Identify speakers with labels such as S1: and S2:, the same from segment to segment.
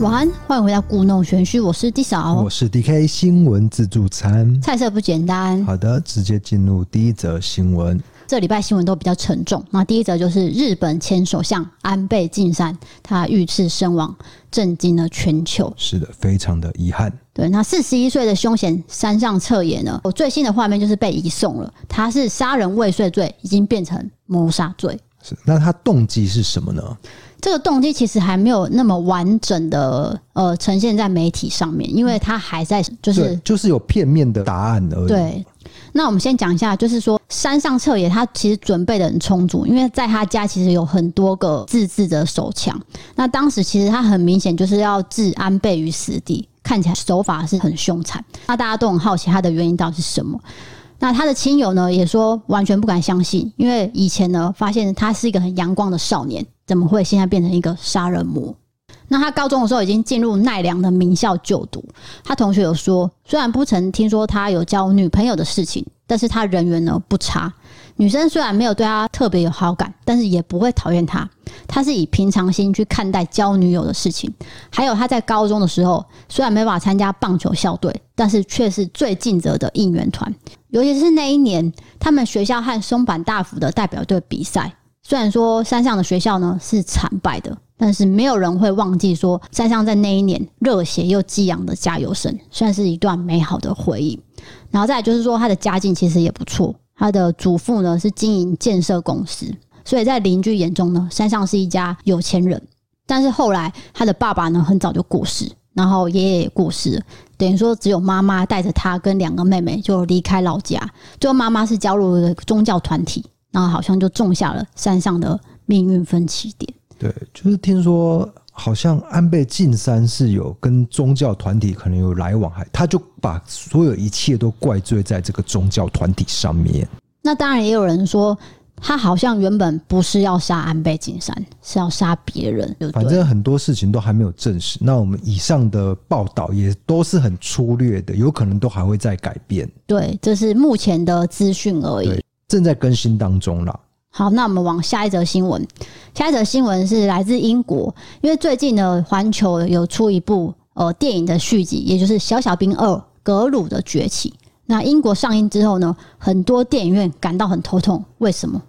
S1: 晚安，欢迎回到故弄玄虚，我是 D 嫂
S2: 我。是 DK 新闻自助餐。
S1: 菜色不简单，
S2: 好的，直接进入第一则新闻。
S1: 这礼拜新闻都比较沉重。那第一则就是日本前首相安倍晋三他遇刺身亡，震惊了全球。
S2: 是的，非常的遗憾。
S1: 对，那四十一岁的凶嫌山上彻也呢，我最新的画面就是被移送了，他是杀人未遂罪，已经变成谋杀罪。
S2: 是，那他动机是什么呢？
S1: 这个动机其实还没有那么完整的呃呈现在媒体上面，因为他还在就
S2: 对
S1: 是，
S2: 就是有片面的答案而已。，
S1: 对，那我们先讲一下，就是说山上彻也他其实准备的很充足，因为在他家其实有很多个自制的手枪。那当时其实他很明显就是要置安倍于死地，看起来手法是很凶残。那大家都很好奇他的原因到底是什么。那他的亲友呢也说完全不敢相信，因为以前呢发现他是一个很阳光的少年，怎么会现在变成一个杀人魔？那他高中的时候已经进入奈良的名校就读，他同学有说，虽然不曾听说他有交女朋友的事情，但是他人缘呢不差。女生虽然没有对他特别有好感，但是也不会讨厌他。他是以平常心去看待交女友的事情。还有他在高中的时候，虽然没法参加棒球校队，但是却是最尽责的应援团。尤其是那一年，他们学校和松坂大辅的代表队比赛，虽然说山上的学校呢是惨败的，但是没有人会忘记说山上在那一年热血又激昂的加油声，算是一段美好的回忆。然后再来就是说，他的家境其实也不错，他的祖父呢是经营建设公司，所以在邻居眼中呢，山上是一家有钱人。但是后来他的爸爸呢很早就过世，然后爷爷也过世了，等于说只有妈妈带着他跟两个妹妹就离开老家。最后妈妈是加入了宗教团体，然后好像就种下了山上的命运分歧点。
S2: 对，就是听说好像安倍晋三是有跟宗教团体可能有来往，还他就把所有一切都怪罪在这个宗教团体上面。
S1: 那当然也有人说，他好像原本不是要杀安倍晋三，是要杀别人，对不
S2: 反
S1: 对？
S2: 正很多事情都还没有证实。那我们以上的报道也都是很粗略的，有可能都还会再改变，
S1: 对，这是目前的资讯而已
S2: 对。正在更新当中啦。
S1: 好，那我们往下一则新闻。下一则新闻是来自英国，因为最近呢，环球有出一部呃电影的续集，也就是《小小兵二：格鲁的崛起》。那英国上映之后呢，很多电影院感到很头痛，为什么？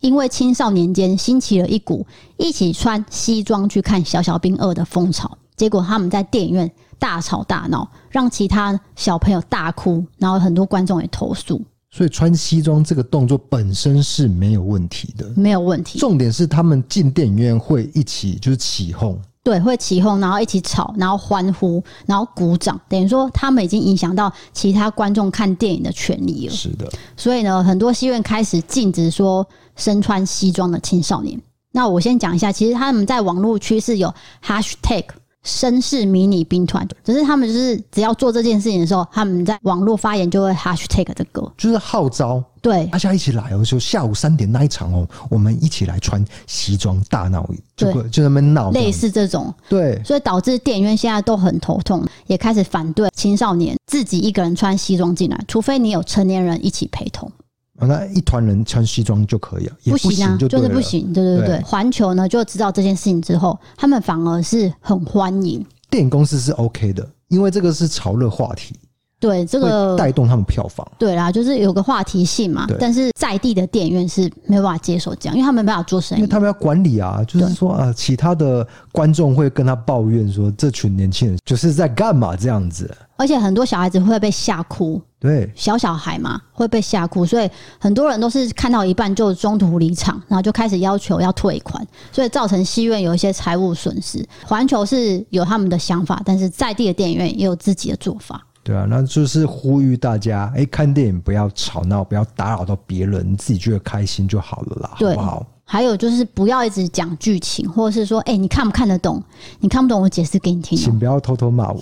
S1: 因为青少年间兴起了一股一起穿西装去看《小小兵二》的风潮，结果他们在电影院大吵大闹，让其他小朋友大哭，然后很多观众也投诉，
S2: 所以穿西装这个动作本身是没有问题的，
S1: 没有问题。
S2: 重点是他们进电影院会一起就是起哄，
S1: 对，会起哄，然后一起吵，然后欢呼，然后鼓掌，等于说他们已经影响到其他观众看电影的权利了。
S2: 是的，
S1: 所以呢，很多戏院开始禁止说身穿西装的青少年。那我先讲一下，其实他们在网络区是有 hashtag 绅士迷你兵团，只是他们就是只要做这件事情的时候，他们在网络发言就会 hashtag 这个。
S2: 就是号召
S1: 对，
S2: 大家一起来哦，就下午三点那一场哦，我们一起来穿西装大闹，就
S1: 对
S2: 就在那边闹，
S1: 类似这种，
S2: 对，
S1: 所以导致电影院现在都很头痛，也开始反对青少年自己一个人穿西装进来，除非你有成年人一起陪同，
S2: 啊那一团人穿西装就可以了，也
S1: 行啊，
S2: 就对
S1: 是
S2: 了，
S1: 不行，对对对。
S2: 对
S1: 环球呢就知道这件事情之后，他们反而是很欢迎，
S2: 电影公司是 OK 的，因为这个是潮热话题，
S1: 对这
S2: 会
S1: 个。
S2: 带动他们票房。
S1: 对啦，就是有个话题性嘛
S2: 对，
S1: 但是在地的电影院是没有办法接受这样，因为他们没办法做生
S2: 因为
S1: 意。
S2: 他们要管理啊，就是说啊，其他的观众会跟他抱怨说，这群年轻人就是在干嘛这样子？
S1: 而且很多小孩子会被吓哭，
S2: 对，
S1: 小小孩嘛会被吓哭，所以很多人都是看到一半就中途离场，然后就开始要求要退款，所以造成戏院有一些财务损失。环球是有他们的想法，但是在地的电影院也有自己的做法。
S2: 对啊，那就是呼吁大家，哎、看电影不要吵闹，不要打扰到别人，你自己觉得开心就好了啦，好
S1: 对
S2: 不好？
S1: 还有就是不要一直讲剧情，或者是说，哎、你看不看得懂？你看不懂，我解释给你听哦、
S2: 请不要偷偷骂我，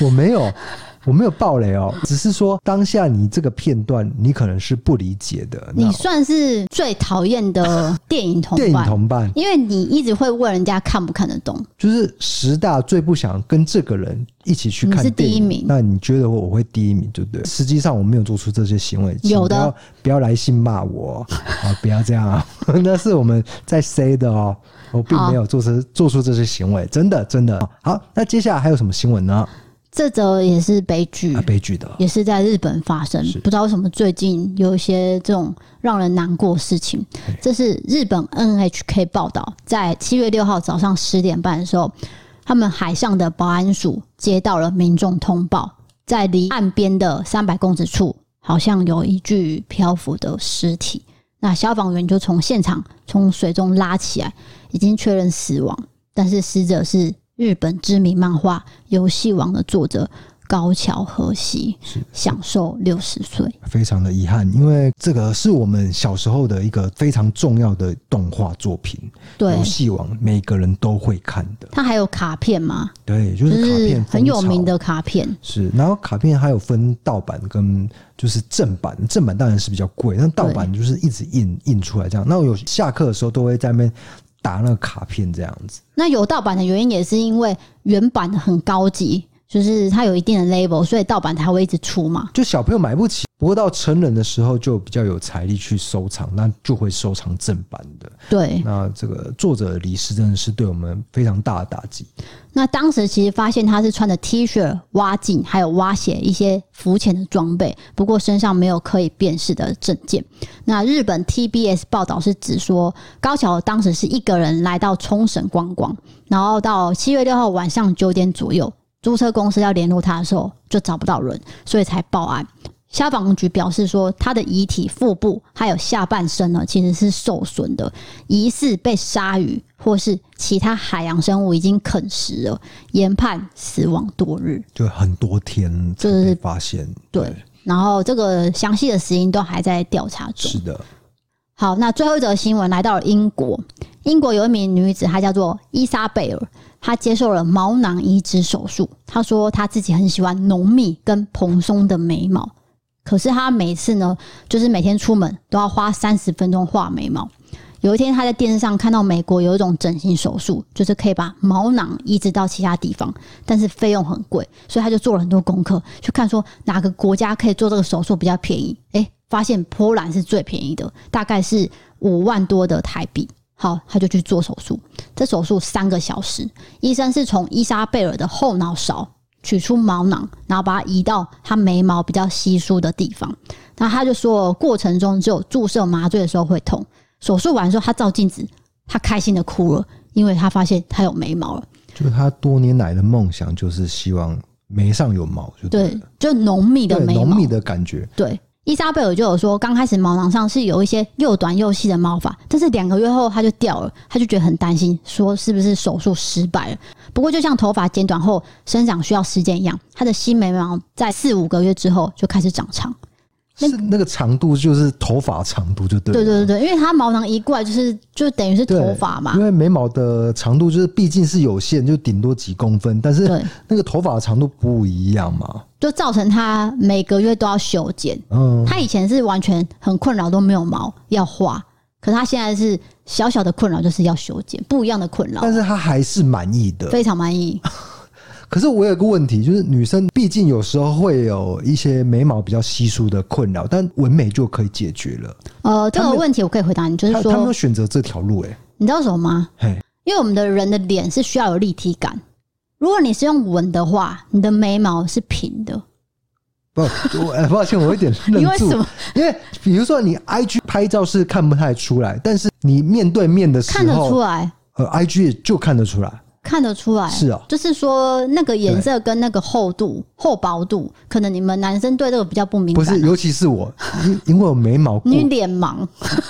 S2: 我没有，我没有暴雷哦，只是说当下你这个片段你可能是不理解的。那
S1: 你算是最讨厌的电影同
S2: 电影
S1: 伴，
S2: 同伴
S1: 因为你一直会问人家看不看得懂。
S2: 就是十大最不想跟这个人一起去看
S1: 你是
S2: 电
S1: 第一
S2: 影，
S1: 名
S2: 那你觉得我会第一名，对不对？实际上我没有做出这些行为，请
S1: 有的
S2: 不要不要来信骂我啊！不要这样啊， 那是我们在 say 的哦，我并没有做出做出这些行为，真的真的。好，那接下来还有什么新闻呢？
S1: 这则也是悲剧
S2: 啊，，悲剧的，
S1: 也是在日本发生，不知道为什么最近有一些这种让人难过的事情。这是日本 NHK 报道，在七月六号早上十点半的时候，他们海上的保安署接到了民众通报，在离岸边的三百公尺处，好像有一具漂浮的尸体。那消防员就从现场从水中拉起来，已经确认死亡，但是死者是日本知名漫画《游戏王》的作者高桥和希，享受六十岁。
S2: 非常的遗憾，因为这个是我们小时候的一个非常重要的动画作品，
S1: 对
S2: 游戏王每个人都会看的，
S1: 他还有卡片嘛，
S2: 对，就
S1: 就是
S2: 卡
S1: 是
S2: 片
S1: 很有
S2: 风潮
S1: 名的卡片。
S2: 是，然后卡片还有分盗版跟就是正版，正版当然是比较贵，但盗版就是一直印印出来这样。那我有下课的时候都会在那边打那个卡片这样子，
S1: 那有盗版的原因也是因为原版的很高级，就是它有一定的 label，所以盗版才会一直出嘛。
S2: 就小朋友买不起，不过到成人的时候就比较有财力去收藏，那就会收藏正版的。
S1: 对，
S2: 那这个作者的离世真的是对我们非常大的打击。
S1: 那当时其实发现他是穿着 T 恤、蛙镜还有蛙鞋一些浮潜的装备，不过身上没有可以辨识的证件。那日本 TBS 报道是指说，高桥当时是一个人来到冲绳观光，然后到七月六号晚上九点左右，租车公司要联络他的时候就找不到人，所以才报案。消防局表示说，他的遗体腹部还有下半身呢，其实是受损的，疑似被鲨鱼或是其他海洋生物已经啃食了，研判死亡多日。
S2: 就很多天才
S1: 就是
S2: 被发现，
S1: 对，然后这个详细的死因都还在调查中
S2: 是。的，
S1: 好，那最后一则新闻来到了英国。英国有一名女子，她叫做伊莎贝尔，她接受了毛囊移植手术。她说她自己很喜欢浓密跟蓬松的眉毛，可是她每次呢，就是每天出门都要花三十分钟画眉毛。有一天，她在电视上看到美国有一种整形手术，就是可以把毛囊移植到其他地方，但是费用很贵，所以她就做了很多功课，去看说哪个国家可以做这个手术比较便宜。诶、发现波兰是最便宜的，大概是五万多的台币。好，他就去做手术。这手术三个小时，医生是从伊莎贝尔的后脑勺取出毛囊，然后把它移到她眉毛比较稀疏的地方。那他就说，过程中只有注射麻醉的时候会痛。手术完之后，他照镜子，他开心的哭了，因为他发现他有眉毛了。
S2: 就是他多年来的梦想就是希望眉上有毛，就
S1: 对
S2: 了，
S1: 就浓密的
S2: 嗯对
S1: 眉毛，
S2: 浓密的感觉。
S1: 对，伊莎贝尔就有说，刚开始毛囊上是有一些又短又细的毛发，但是两个月后它就掉了，她就觉得很担心，说是不是手术失败了。不过就像头发剪短后生长需要时间一样，她的新眉毛在四五个月之后就开始长长。
S2: 是那个长度就是头发长度就对了。
S1: 对对对对，因为它毛囊移过来就是就等于是
S2: 对
S1: 头发嘛
S2: 因。为眉毛的长度就是毕竟是有限，就顶多几公分，但是
S1: 对
S2: 那个头发的长度不一样嘛。
S1: 就造成她每个月都要修剪，
S2: 嗯，
S1: 她以前是完全很困扰，都没有毛要画，可是她现在是小小的困扰就是要修剪，不一样的困扰，
S2: 但是他还是满意的。
S1: 非常满 意。
S2: 可是我有个问题，就是女生毕竟有时候会有一些眉毛比较稀疏的困扰，但纹眉就可以解决了。
S1: 呃，这
S2: 他
S1: 个
S2: 们
S1: 问题我可以回答你，就是
S2: 他他没
S1: 说
S2: 有，选择这条路、欸，哎，
S1: 你知道什么吗？
S2: 嘿，
S1: 因为我们的人的脸是需要有立体感。如果你是用纹的话，你的眉毛是平的，
S2: 不， 我呃抱歉，我有点愣
S1: 因为
S2: 住
S1: 什么，
S2: 因为比如说你 I G 拍照是看不太出来，但是你面对面的时
S1: 看得出
S2: 候，
S1: 来，
S2: 呃，I G 就看得出来。
S1: 看得出来。
S2: 是哦
S1: 就是说那个颜色跟那个厚度、厚薄度，可能你们男生对这个比较不敏
S2: 不
S1: 感
S2: 是，。尤其是我，因因为我眉毛 过
S1: 你，脸盲，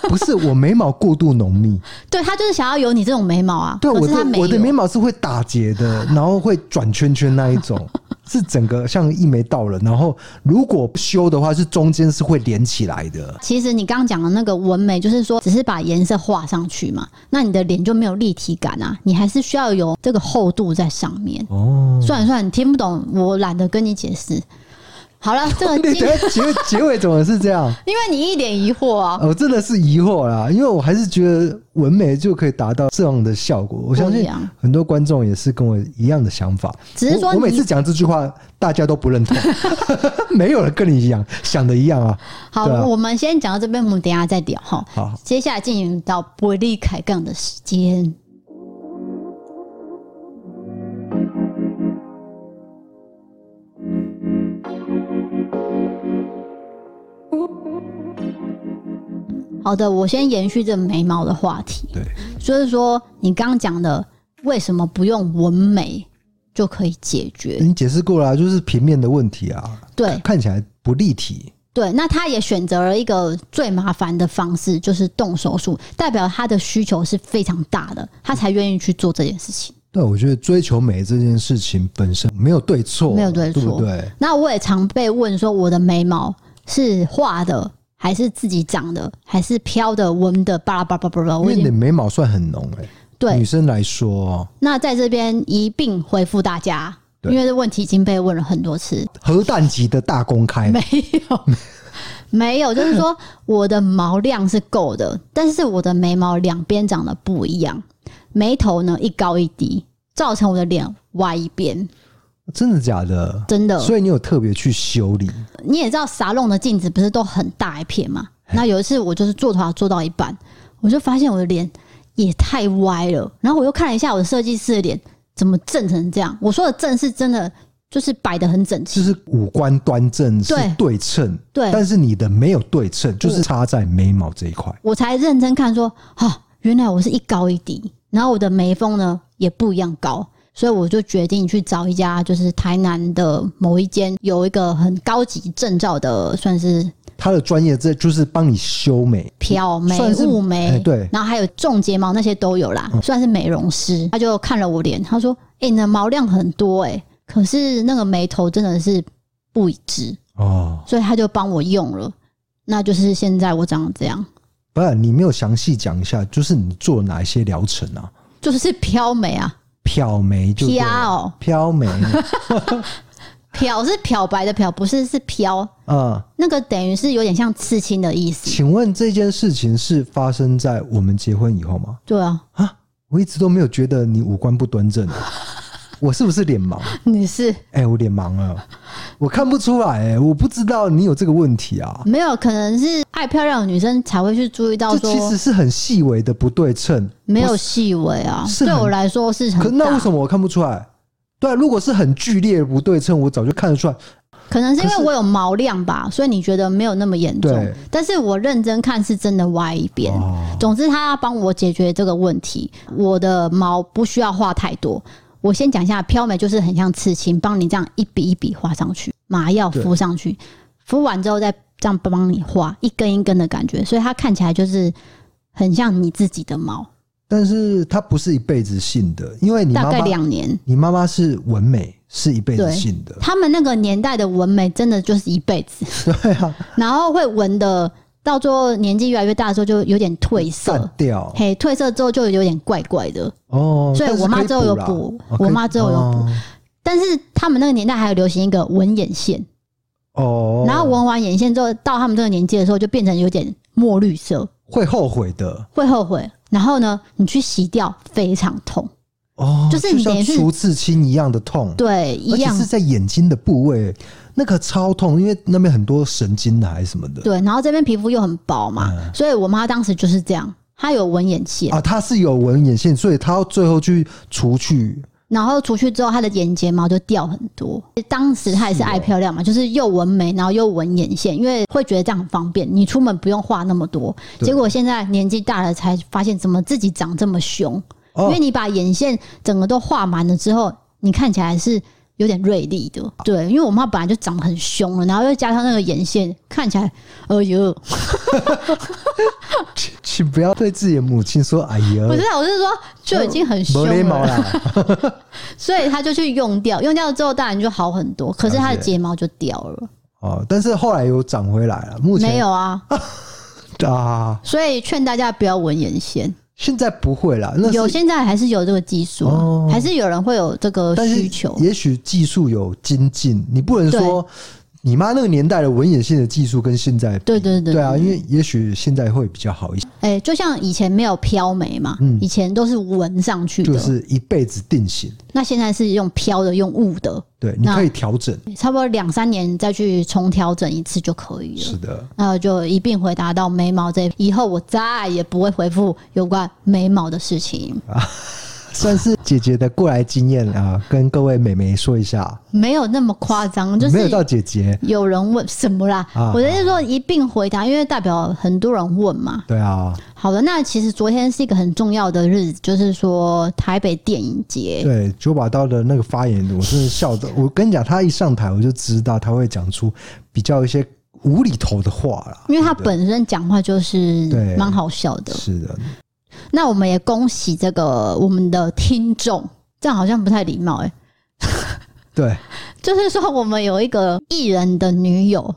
S2: 不是我眉毛过度浓密，
S1: 对他就是想要有你这种眉毛啊，
S2: 对
S1: 可
S2: 我
S1: 是他没
S2: 的
S1: 有。
S2: 我的眉毛是会打结的，然后会转圈圈那一种，是整个像一眉到了，然后如果不修的话，是中间是会连起来的。
S1: 其实你刚刚讲的那个纹眉，就是说只是把颜色画上去嘛，那你的脸就没有立体感啊，你还是需要有这个厚度在上面。
S2: 哦，
S1: 算了算了，你听不懂，我懒得跟你解释。好了，哦这个
S2: 你
S1: 今
S2: 等下结结尾怎么是这样？
S1: 因为你一脸疑惑啊，
S2: 我哦真的是疑惑啦，因为我还是觉得纹眉就可以达到这样的效果。我相
S1: 不一
S2: 信
S1: 样
S2: 很多观众也是跟我一样的想法。
S1: 只是说
S2: 我我每
S1: 你
S2: 次讲这句话，大家都不 认同，没有人跟你一样想的一样啊。
S1: 好，
S2: 对啊
S1: 我们先讲到这边，我们等一下再聊哈。
S2: 好，
S1: 接下来进行到伯利凯杠的时间。好的，我先延续这眉毛的话题，
S2: 对，
S1: 就是说你刚讲的，为什么不用纹眉就可以解决？
S2: 你解释过了啊、就是平面的问题啊，
S1: 对
S2: 看起来不立体。
S1: 对，那他也选择了一个最麻烦的方式，就是动手术，代表他的需求是非常大的，他才愿意去做这件事情。
S2: 对，我觉得追求美这件事情本身没有对错，啊
S1: 没有对错
S2: 对不对？
S1: 那我也常被问说，我的眉毛是画的，还是自己长的，还是飘的、纹的，巴拉巴拉巴拉巴拉。
S2: 因
S1: 我
S2: 为
S1: 已
S2: 你的
S1: 经
S2: 眉毛算很浓哎、女
S1: 对，
S2: 生来说，
S1: 那在这边一并回复大家，因
S2: 对
S1: 为这问题已经被问了很多次，
S2: 核弹级的大公 开，
S1: 没 有。没有，就是说我的毛量是够的，但是我的眉毛两边长得不一样，眉头呢一高一低，造成我的脸歪一边。
S2: 真的假的？
S1: 真的，
S2: 所以你有特别去修理，
S1: 你也知道沙龙的镜子不是都很大一片嘛？那有一次我就是做头发做到一半，我就发现我的脸也太歪了，然后我又看了一下我的设计师的脸怎么正成这样。我说的正是真的，就是摆的很整齐
S2: 就。是五官端正是
S1: 对
S2: 对称，
S1: 对嗯
S2: 但是你的没有对称，就是差在眉毛这一块。
S1: 我才认真看说，啊，原来我是一高一低，然后我的眉峰呢也不一样高，所以我就决定去找一家就是台南的某一间有一个很高级证照的，算是
S2: 他的专业这就是帮你修眉，
S1: 漂眉
S2: 嗯算、是
S1: 雾眉、
S2: 哎对嗯
S1: 然后还有种睫毛那些都有啦，算是美容师。他就看了我脸，他说：“哎、你的毛量很多哎、可是那个眉头真的是不一致，
S2: 哦，
S1: 所以他就帮我用了。那就是现在我长这样，
S2: 不然你没有详细讲一下，就是你做哪一些疗程啊？
S1: 就是飘眉啊，
S2: 漂眉就对了
S1: 飘哦，
S2: 漂眉，
S1: 漂是漂白的漂，不是是飘，
S2: 嗯，
S1: 那个等于是有点像刺青的意思。
S2: 请问这件事情是发生在我们结婚以后吗？
S1: 对啊，
S2: 啊，我一直都没有觉得你五官不 端正，我是不是脸盲？
S1: 你是
S2: 哎、我脸盲了，我看不出来、哎，我不知道你有这个问题啊。
S1: 没有，可能是爱漂亮的女生才会去注意到
S2: 这
S1: 说
S2: 其实是很细微的不对称，
S1: 没
S2: 不
S1: 有
S2: 是。
S1: 细微啊。
S2: 是
S1: 对
S2: 很
S1: 我来说是很
S2: 可
S1: 大
S2: 那为什么我看不出来？对、啊，如果是很剧烈的不对称，我早就看得出来。
S1: 可能是因为
S2: 可是
S1: 我有毛量吧，所以你觉得没有那么严重
S2: 对。
S1: 但是我认真看是真的歪一边。
S2: 哦，
S1: 总之，他要帮我解决这个问题。我的毛不需要画太多。我先讲一下，飘眉就是很像刺青，帮你这样一笔一笔画上去，麻药敷上去，敷完之后再这样帮你画一根一根的感觉，所以它看起来就是很像你自己的毛。
S2: 但是它不是一辈子性的，因为你
S1: 大
S2: 妈
S1: 概
S2: 妈，
S1: 两年，
S2: 你妈妈是纹眉，是一辈子
S1: 对
S2: 性的。
S1: 他们那个年代的纹眉真的就是一辈子。
S2: 对啊，
S1: 然后会纹的，到最后年纪越来越大的时候就有点褪
S2: 散
S1: 色，
S2: 掉
S1: 嘿，褪色之后就有点怪怪的。
S2: 哦。
S1: 所以
S2: 但是
S1: 我妈
S2: 可以
S1: 之后有
S2: 啦
S1: 补
S2: 哦
S1: 我
S2: 可以
S1: 妈之后有补
S2: 哦
S1: 但是他们那个年代还有流行一个纹眼线，
S2: 哦，
S1: 然后纹完眼线之后，到他们这个年纪的时候就变成有点墨绿色，
S2: 会后悔的
S1: 会后悔。然后呢，你去洗掉非常痛，
S2: 哦，
S1: 就是你
S2: 像
S1: 等于是
S2: 除刺青一样的痛，，
S1: 对，一
S2: 而且
S1: 样
S2: 是在眼睛的部位，那个超痛，因为那边很多神经啊的还是什么的
S1: 对。然后这边皮肤又很薄嘛，所以我妈当时就是这样，她有纹眼线，
S2: 嗯啊，他是有纹眼线，所以他要最后去除去
S1: 然后除去之后，她的眼睫毛就掉很多。当时她也是
S2: 哦
S1: 爱漂亮嘛，就是又纹眉，然后又纹眼线，因为会觉得这样很方便，你出门不用画那么多。
S2: 对
S1: 结果现在年纪大了，才发现怎么自己长这么凶，
S2: 哦
S1: 因为你把眼线整个都画满了之后，你看起来是。有点锐利的，对，因为我妈本来就长得很凶了，然后又加上那个眼线，看起来，哎呦，
S2: 呃请请不要对自己的母亲说“哎呀
S1: 我知道，我是说啊就已经很”，凶
S2: 没礼貌
S1: 了，
S2: 啦。
S1: 所以她就去用掉，用掉之后当然就好很多，可是她的
S2: 了解
S1: 睫毛就掉了，
S2: 哦，但是后来有长回来了，目前
S1: 没有啊，
S2: 啊，
S1: 所以劝大家不要纹眼线，
S2: 现在不会啦。 那
S1: 有
S2: 是
S1: 现在还是有这个技术、啊，
S2: 哦
S1: 还是有人会有这个
S2: 但是
S1: 需求。
S2: 也许技术有精进，你不能说你妈那个年代的文野线的技术跟现在比，
S1: 对对对
S2: 对啊，因为也许现在会比较好一些，
S1: 哎、就像以前没有漂眉嘛，以前都是纹上去的，
S2: 嗯就是一辈子定型，
S1: 那现在是用漂的，用雾的，
S2: 对，你
S1: 那
S2: 可以调整，
S1: 差不多两三年再去重调整一次就可以了
S2: 是。的，
S1: 那我就一并回答到眉毛这一，以后我再也不会回复有关眉毛的事情。
S2: 啊算是姐姐的过来经验啊，跟各位美眉说一下，
S1: 没有那么夸张，就
S2: 没有
S1: 是
S2: 到姐姐，
S1: 有人问什么啦？
S2: 啊
S1: 我的意思说一并回答，因为代表很多人问嘛。
S2: 对啊，
S1: 好的，那其实昨天是一个很重要的日子，就是说台北电影节。
S2: 对九把刀的那个发言，我真的笑的，我跟你讲，他一上台我就知道他会讲出比较一些无厘头的话啦，
S1: 因为他
S2: 对不对
S1: 本身讲话就是
S2: 对
S1: 蛮好笑的，
S2: 是的，
S1: 那我们也恭喜这个我们的听众，这样好像不太礼貌哎、
S2: 对，
S1: 就是说我们有一个艺人的女友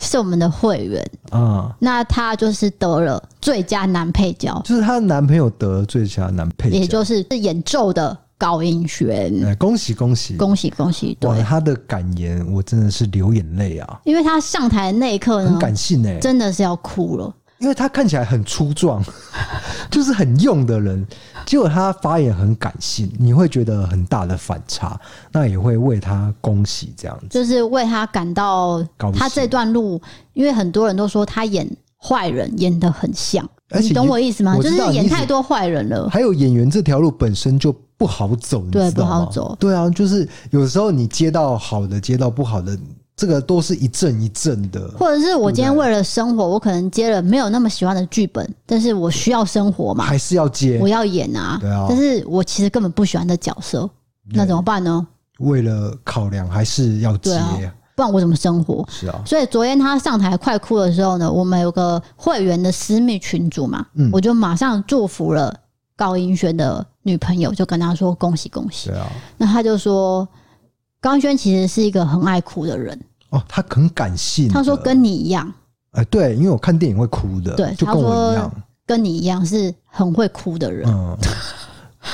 S1: 是我们的会员，
S2: 啊、
S1: 那她就是得了最佳男配角，
S2: 就是她的男朋友得最佳男配角，
S1: 也就是是演奏的高音璇，
S2: 哎恭喜恭喜！
S1: 恭喜恭喜！
S2: 哇，
S1: 对，
S2: 他的感言我真的是流眼泪啊，
S1: 因为她上台的那一刻
S2: 很
S1: 呢，
S2: 感性哎、
S1: 真的是要哭了。
S2: 因为他看起来很粗壮， 就是很用的人，结果他发言很感性，你会觉得很大的反差，那也会为他恭喜这样子。
S1: 就是为他感到
S2: 高兴
S1: 他这段路，因为很多人都说他演坏人演的很像，
S2: 而且
S1: 你懂我意思吗？
S2: 我
S1: 就
S2: 知
S1: 是
S2: 道
S1: 演
S2: 你意思
S1: 太多坏人了。
S2: 还有演员这条路本身就不好走，你
S1: 对
S2: 知道吗
S1: 不好走
S2: 对啊，就是有时候你接到好的，接到不好的，这个都是一阵一阵的。
S1: 或者是我今天为了生活，我可能接了没有那么喜欢的剧本，但是我需要生活嘛，
S2: 还是要接
S1: 我，要演啊。
S2: 对啊
S1: 但是我其实根本不喜欢的角色，那怎么办呢？
S2: 为了考量还是要接
S1: 对，啊不然我怎么生活？
S2: 是啊，
S1: 所以昨天他上台快哭的时候呢，我们有个会员的私密群组嘛，
S2: 嗯
S1: 我就马上祝福了高音轩的女朋友，就跟他说恭喜恭喜。
S2: 对啊。
S1: 那他就说，高音轩其实是一个很爱哭的人，
S2: 哦，他很感性的。
S1: 他说跟你一样，
S2: 哎，对，因为我看电影会哭的，
S1: 对
S2: 就跟我一样。
S1: 跟你一样是很会哭的人。
S2: 嗯，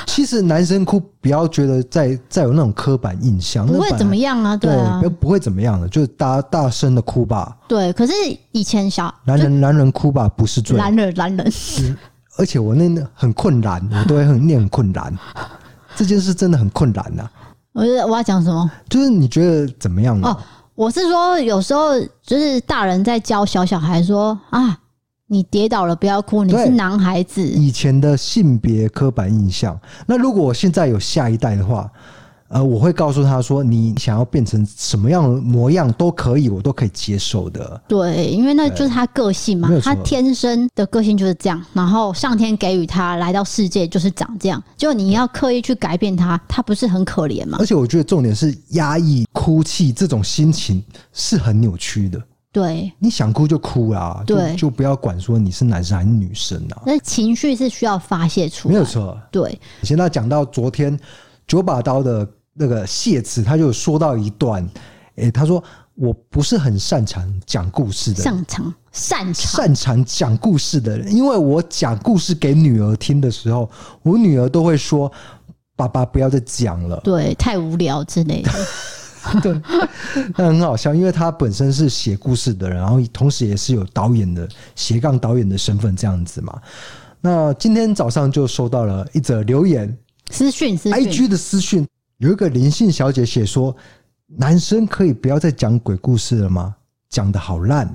S2: 其实男生哭不要觉得再再有那种刻板印象，
S1: 不会
S2: 那本来
S1: 怎么样啊，对
S2: 对
S1: 啊
S2: 不，要不会怎么样的，就是大家大声的哭吧，
S1: 对。可是以前小
S2: 男人男人哭吧不是罪。
S1: 男人男人，
S2: 而且我那很困 难，我都会很念很困难，这件事真的很困难呐、啊
S1: 我是我要讲什么？
S2: 就是你觉得怎么样呢？啊
S1: 哦我是说，有时候就是大人在教小小孩说啊，你跌倒了不要哭，你
S2: 对嗯
S1: 是男孩子，
S2: 以前的性别刻板印象。那如果我现在有下一代的话，呃，我会告诉他说，你想要变成什么样的模样都可以，我都可以接受的。
S1: 对，因为那就是他个性嘛
S2: 没有，错
S1: 他天生的个性就是这样，然后上天给予他来到世界就是长这样，就你要刻意去改变他，他不是很可怜吗
S2: 而？且我觉得重点是压抑哭泣这种心情是很扭曲的。
S1: 对，
S2: 你想哭就哭啦，就
S1: 对
S2: 就不要管说你是男生还是女生啊，
S1: 那情绪是需要发泄出
S2: 没
S1: 来
S2: 有，错。
S1: 对，
S2: 现在讲到昨天九把刀的那个谢词，他就有说到一段，诶、他说我不是很擅长讲故事的人，
S1: 擅长擅长，
S2: 擅长讲故事的人，因为我讲故事给女儿听的时候，我女儿都会说：“爸爸不要再讲了。
S1: 对，太无聊之类的。”
S2: 那很好笑，因为她本身是写故事的人，然后同时也是有导演的斜杠导演的身份这样子嘛。那今天早上就收到了一则留言
S1: 私讯私讯，
S2: ，IG 的私讯，有一个林姓小姐写说：“男生可以不要再讲鬼故事了吗？讲的好烂，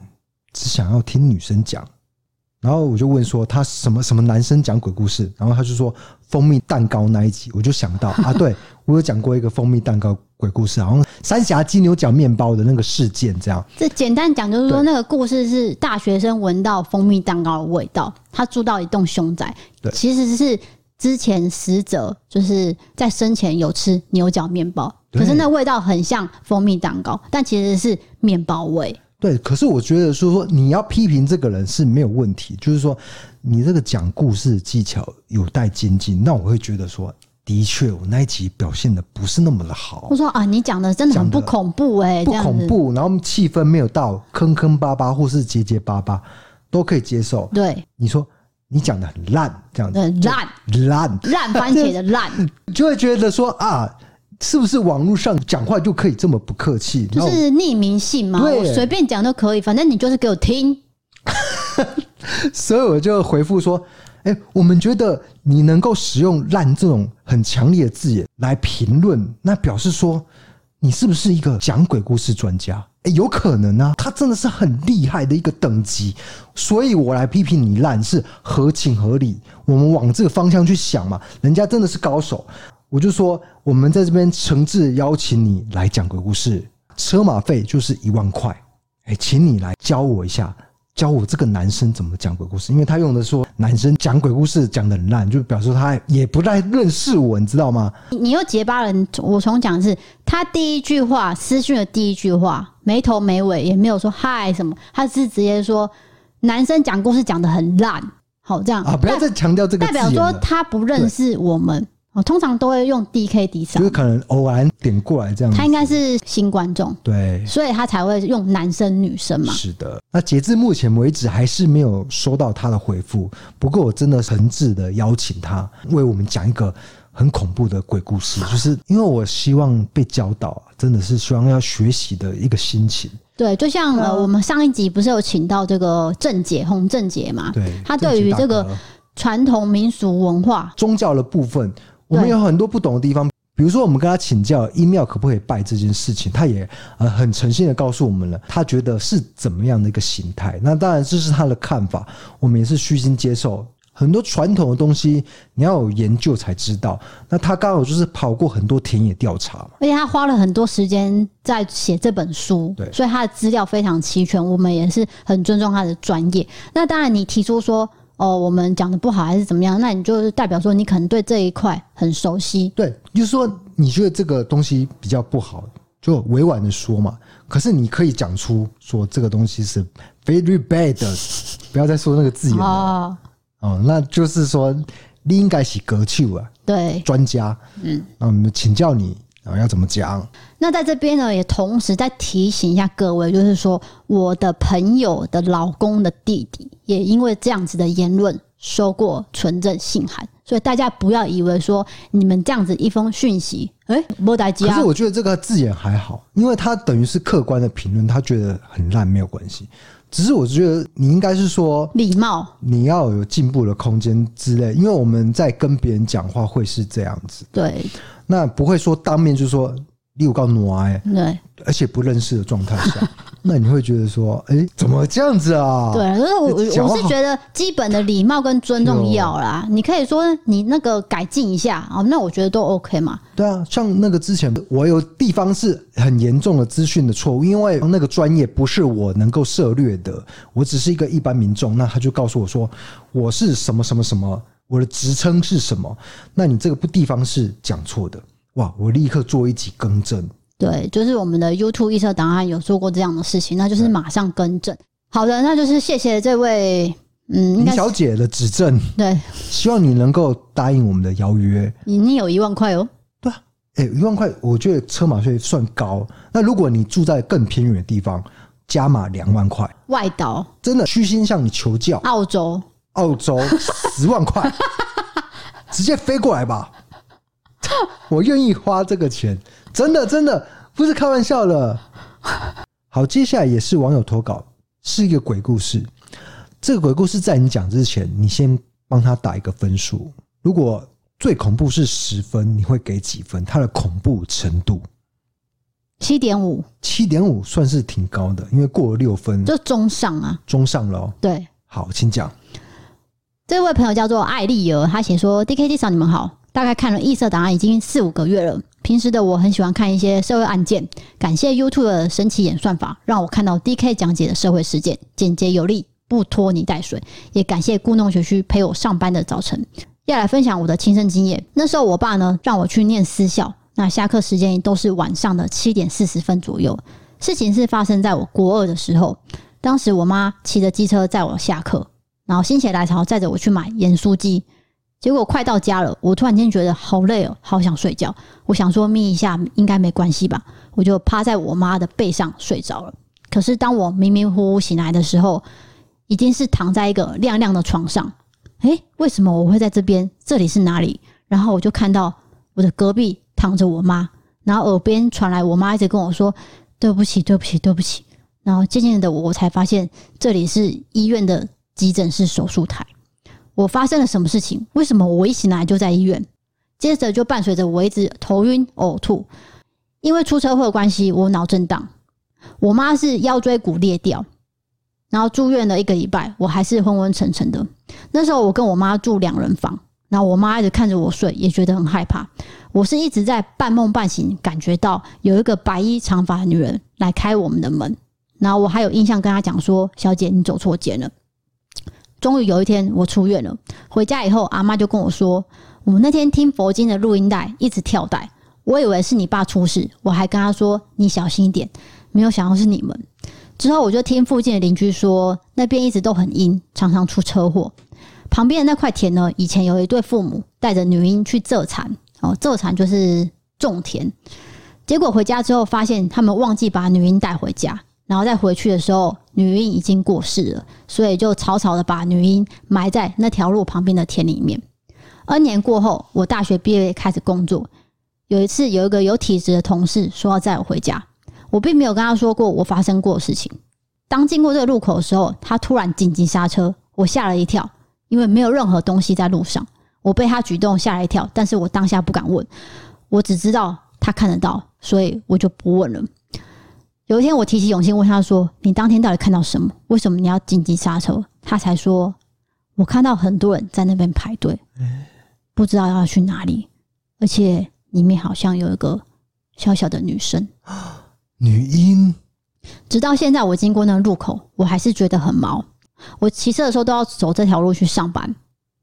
S2: 只想要听女生讲。”然后我就问说他什么什么男生讲鬼故事，然后他就说蜂蜜蛋糕那一集，我就想 到啊，对我有讲过一个蜂蜜蛋糕鬼故事，好像三峡金牛角面包的那个事件这样。
S1: 这简单讲就是说，
S2: 对
S1: 那个故事是大学生闻到蜂蜜蛋糕的味道，他住到一栋凶宅
S2: 对，
S1: 其实是之前死者就是在生前有吃牛角面包，
S2: 对
S1: 可是那味道很像蜂蜜蛋糕，但其实是面包味。
S2: 对，可是我觉得说说你要批评这个人是没有问题，就是说你这个讲故事技巧有待精进，那我会觉得说，的确我那一集表现的不是那么的好
S1: 我，说啊，你讲的真的很不
S2: 讲得
S1: 恐怖哎、
S2: 不
S1: 这样
S2: 恐
S1: 子。
S2: 怖，然后气氛没有到坑坑巴巴或是结结巴巴都可以接受。
S1: 对，呃
S2: 你说你讲的很烂，这样子
S1: 对烂
S2: 烂
S1: 烂番茄的烂，
S2: 就会觉得说啊，是不是网络上讲话就可以这么不客气？
S1: 就
S2: 然后
S1: 是匿名信嘛，
S2: 对
S1: 我随便讲都可以，反正你就是给我听。
S2: 所以我就回复说：“哎、我们觉得你能够使用‘烂’这种很强烈的字眼来评论，那表示说你是不是一个讲鬼故事专家？哎、有可能啊，他真的是很厉害的一个等级。所以我来批评你烂是合情合理，我们往这个方向去想嘛，人家真的是高手。”我就说，我们在这边诚挚邀请你来讲鬼故事，车马费就是一万块。哎，请你来教我一下，教我这个男生怎么讲鬼故事，因为他用的说男生讲鬼故事讲的很烂，就表示他也不太认识我，你知道吗？
S1: 你你又结巴了，你我重讲是，他第一句话私讯的第一句话，没头没尾，也没有说嗨什么，他是直接说男生讲故事讲的很烂，好这样
S2: 啊，不要再强调这
S1: 代
S2: 个字
S1: 表
S2: 眼
S1: 说
S2: 了。
S1: 他不认识我们，哦，通常都会用 DK 抵
S2: 就
S1: 赏
S2: 是，可能偶然点过来这样子
S1: 他，应该是新观众，
S2: 对，
S1: 所以他才会用男生女生嘛。
S2: 是的。那截至目前为止，还是没有收到他的回复。不过我真的诚挚的邀请他为我们讲一个很恐怖的鬼故事，就是因为我希望被教导，真的是希望要学习的一个心情。
S1: 对，就像
S2: 嗯
S1: 呃，我们上一集不是有请到这个郑姐洪郑姐嘛，
S2: 对，
S1: 他
S2: 正
S1: 对
S2: 经
S1: 于
S2: 大
S1: 这个
S2: 哥
S1: 传统民俗文化，
S2: 宗教的部分，我们
S1: 对
S2: 有很多不懂的地方。比如说，我们跟他请教一庙可不可以拜这件事情，他也呃很诚心的告诉我们了，他觉得是怎么样的一个形态。那当然这是他的看法，我们也是虚心接受。很多传统的东西你要有研究才知道。那他刚好就是跑过很多田野调查嘛，
S1: 而且他花了很多时间在写这本书
S2: 对，
S1: 所以他的资料非常齐全，我们也是很尊重他的专业。那当然，你提出说哦，我们讲的不好还是怎么样，那你就是代表说你可能对这一块很熟悉。
S2: 对，就是说你觉得这个东西比较不好，就委婉的说嘛。可是你可以讲出说这个东西是 very bad，的不要再说那个字眼了。
S1: 哦，
S2: 哦，那就是说你应该是歌手啊，
S1: 对，
S2: 专家，嗯，那我们请教你啊要怎么讲？
S1: 那在这边呢，也同时再提醒一下各位，就是说我的朋友的老公的弟弟也因为这样子的言论收过纯正信函，所以大家不要以为说你们这样子一封讯息，哎、莫代基
S2: 可
S1: 啊
S2: 是，我觉得这个字眼还好，因为他等于是客观的评论，他觉得很烂没有关系，只是我觉得你应该是说
S1: 礼貌，
S2: 你要有进步的空间之类，因为我们在跟别人讲话会是这样子，
S1: 对
S2: 那不会说当面就说。你有告挪哎，
S1: 对
S2: 而且不认识的状态下，那你会觉得说，哎、怎么这样子啊？
S1: 对，就是我
S2: 你讲
S1: 我
S2: 话
S1: 我是觉得基本的礼貌跟尊重要啦，你可以说你那个改进一下哦，那我觉得都 OK 嘛，
S2: 对啊，像那个之前我有地方是很严重的资讯的错误，因为那个专业不是我能够涉略的，我只是一个一般民众。那他就告诉我说我是什么什么什么，我的职称是什么，那你这个不地方是讲错的。哇！我立刻做一集更正，
S1: 对，就是我们的 YouTube 预测档案有做过这样的事情，那就是马上更正。好的，那就是谢谢这位，嗯，应
S2: 林
S1: 该是
S2: 小姐的指正，
S1: 对
S2: 希望你能够答应我们的邀约。
S1: 你你有一万块哦，
S2: 哎、一万块，我觉得车马费算高。那如果你住在更偏远的地方，加码两万块，
S1: 外岛、
S2: 真的虚心向你求教。
S1: 澳洲，
S2: 澳 洲十万块，直接飞过来吧， 我愿意花这个钱，真的真的不是开玩笑的。好，接下来也是网友投稿，是一个鬼故事。这个鬼故事在你讲之前，你先帮他打一个分数。如果最恐怖是十分，你会给几分？它的恐怖程度
S1: 七点五，
S2: 七点五算是挺高的，因为过了六分，
S1: 就中上啊。
S2: 中上了、哦。
S1: 对，
S2: 好，请讲。
S1: 这位朋友叫做艾丽儿，她写说：“D K D 嫂，你们好，大概看了《异色档案》已经四五个月了。平时的我很喜欢看一些社会案件，感谢 YouTube 的神奇演算法，让我看到 D K 讲解的社会事件，简洁有力，不拖泥带水。也感谢故弄玄虚陪我上班的早晨。要来分享我的亲身经验。那时候我爸呢让我去念私校，那下课时间都是晚上的七点四十分左右。事情是发生在我国二的时候，当时我妈骑着机车载我下课，然后心血来潮载着我去买盐酥鸡。结果快到家了，我突然间觉得好累哦，好想睡觉。我想说眯一下应该没关系吧，我就趴在我妈的背上睡着了。可是当我迷迷糊糊醒来的时候，已经是躺在一个亮亮的床上。诶，为什么我会在这边？这里是哪里？然后我就看到我的隔壁躺着我妈，然后耳边传来我妈一直跟我说：“对不起，对不起，对不起。”然后渐渐的，我才发现这里是医院的急诊室手术台。我发生了什么事情？为什么我一醒来就在医院？接着就伴随着我一直头晕、呕吐，因为出车祸的关系，我脑震荡，我妈是腰椎骨裂掉，然后住院了一个礼拜，我还是昏昏沉沉的。那时候我跟我妈住两人房，然后我妈一直看着我睡，也觉得很害怕。我是一直在半梦半醒，感觉到有一个白衣长发女人来开我们的门，然后我还有印象跟她讲说：“小姐，你走错间了。”终于有一天我出院了，回家以后，阿妈就跟我说，我那天听佛经的录音带一直跳带，我以为是你爸出事，我还跟他说你小心一点，没有想到是你们。之后我就听附近的邻居说，那边一直都很阴，常常出车祸。旁边的那块田呢，以前有一对父母带着女婴去蔗产，哦，蔗产就是种田。结果回家之后，发现他们忘记把女婴带回家，然后再回去的时候，女婴已经过世了，所以就草草的把女婴埋在那条路旁边的田里面。N 年过后，我大学毕业开始工作。有一次，有一个有体质的同事说要载我回家，我并没有跟他说过我发生过的事情。当经过这个路口的时候，他突然紧急刹车，我吓了一跳，因为没有任何东西在路上。我被他举动吓了一跳，但是我当下不敢问，我只知道他看得到，所以我就不问了。有一天，我提起勇气问他说：“你当天到底看到什么？为什么你要紧急刹车？”他才说：“我看到很多人在那边排队，不知道要去哪里，而且里面好像有一个小小的女生。
S2: 女婴
S1: 直到现在，我经过那个路口，我还是觉得很毛。我骑车的时候都要走这条路去上班，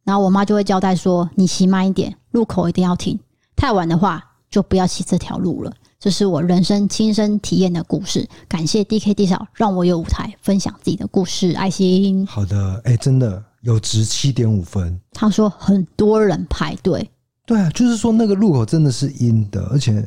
S1: 然后我妈就会交代说：“你骑慢一点，路口一定要停，太晚的话就不要骑这条路了。”这是我人生亲身体验的故事，感谢 D K D 少让我有舞台分享自己的故事，爱心。
S2: 好的，哎、真的有值七点五分。
S1: 他说很多人排队，
S2: 对啊，就是说那个路口真的是阴的，而且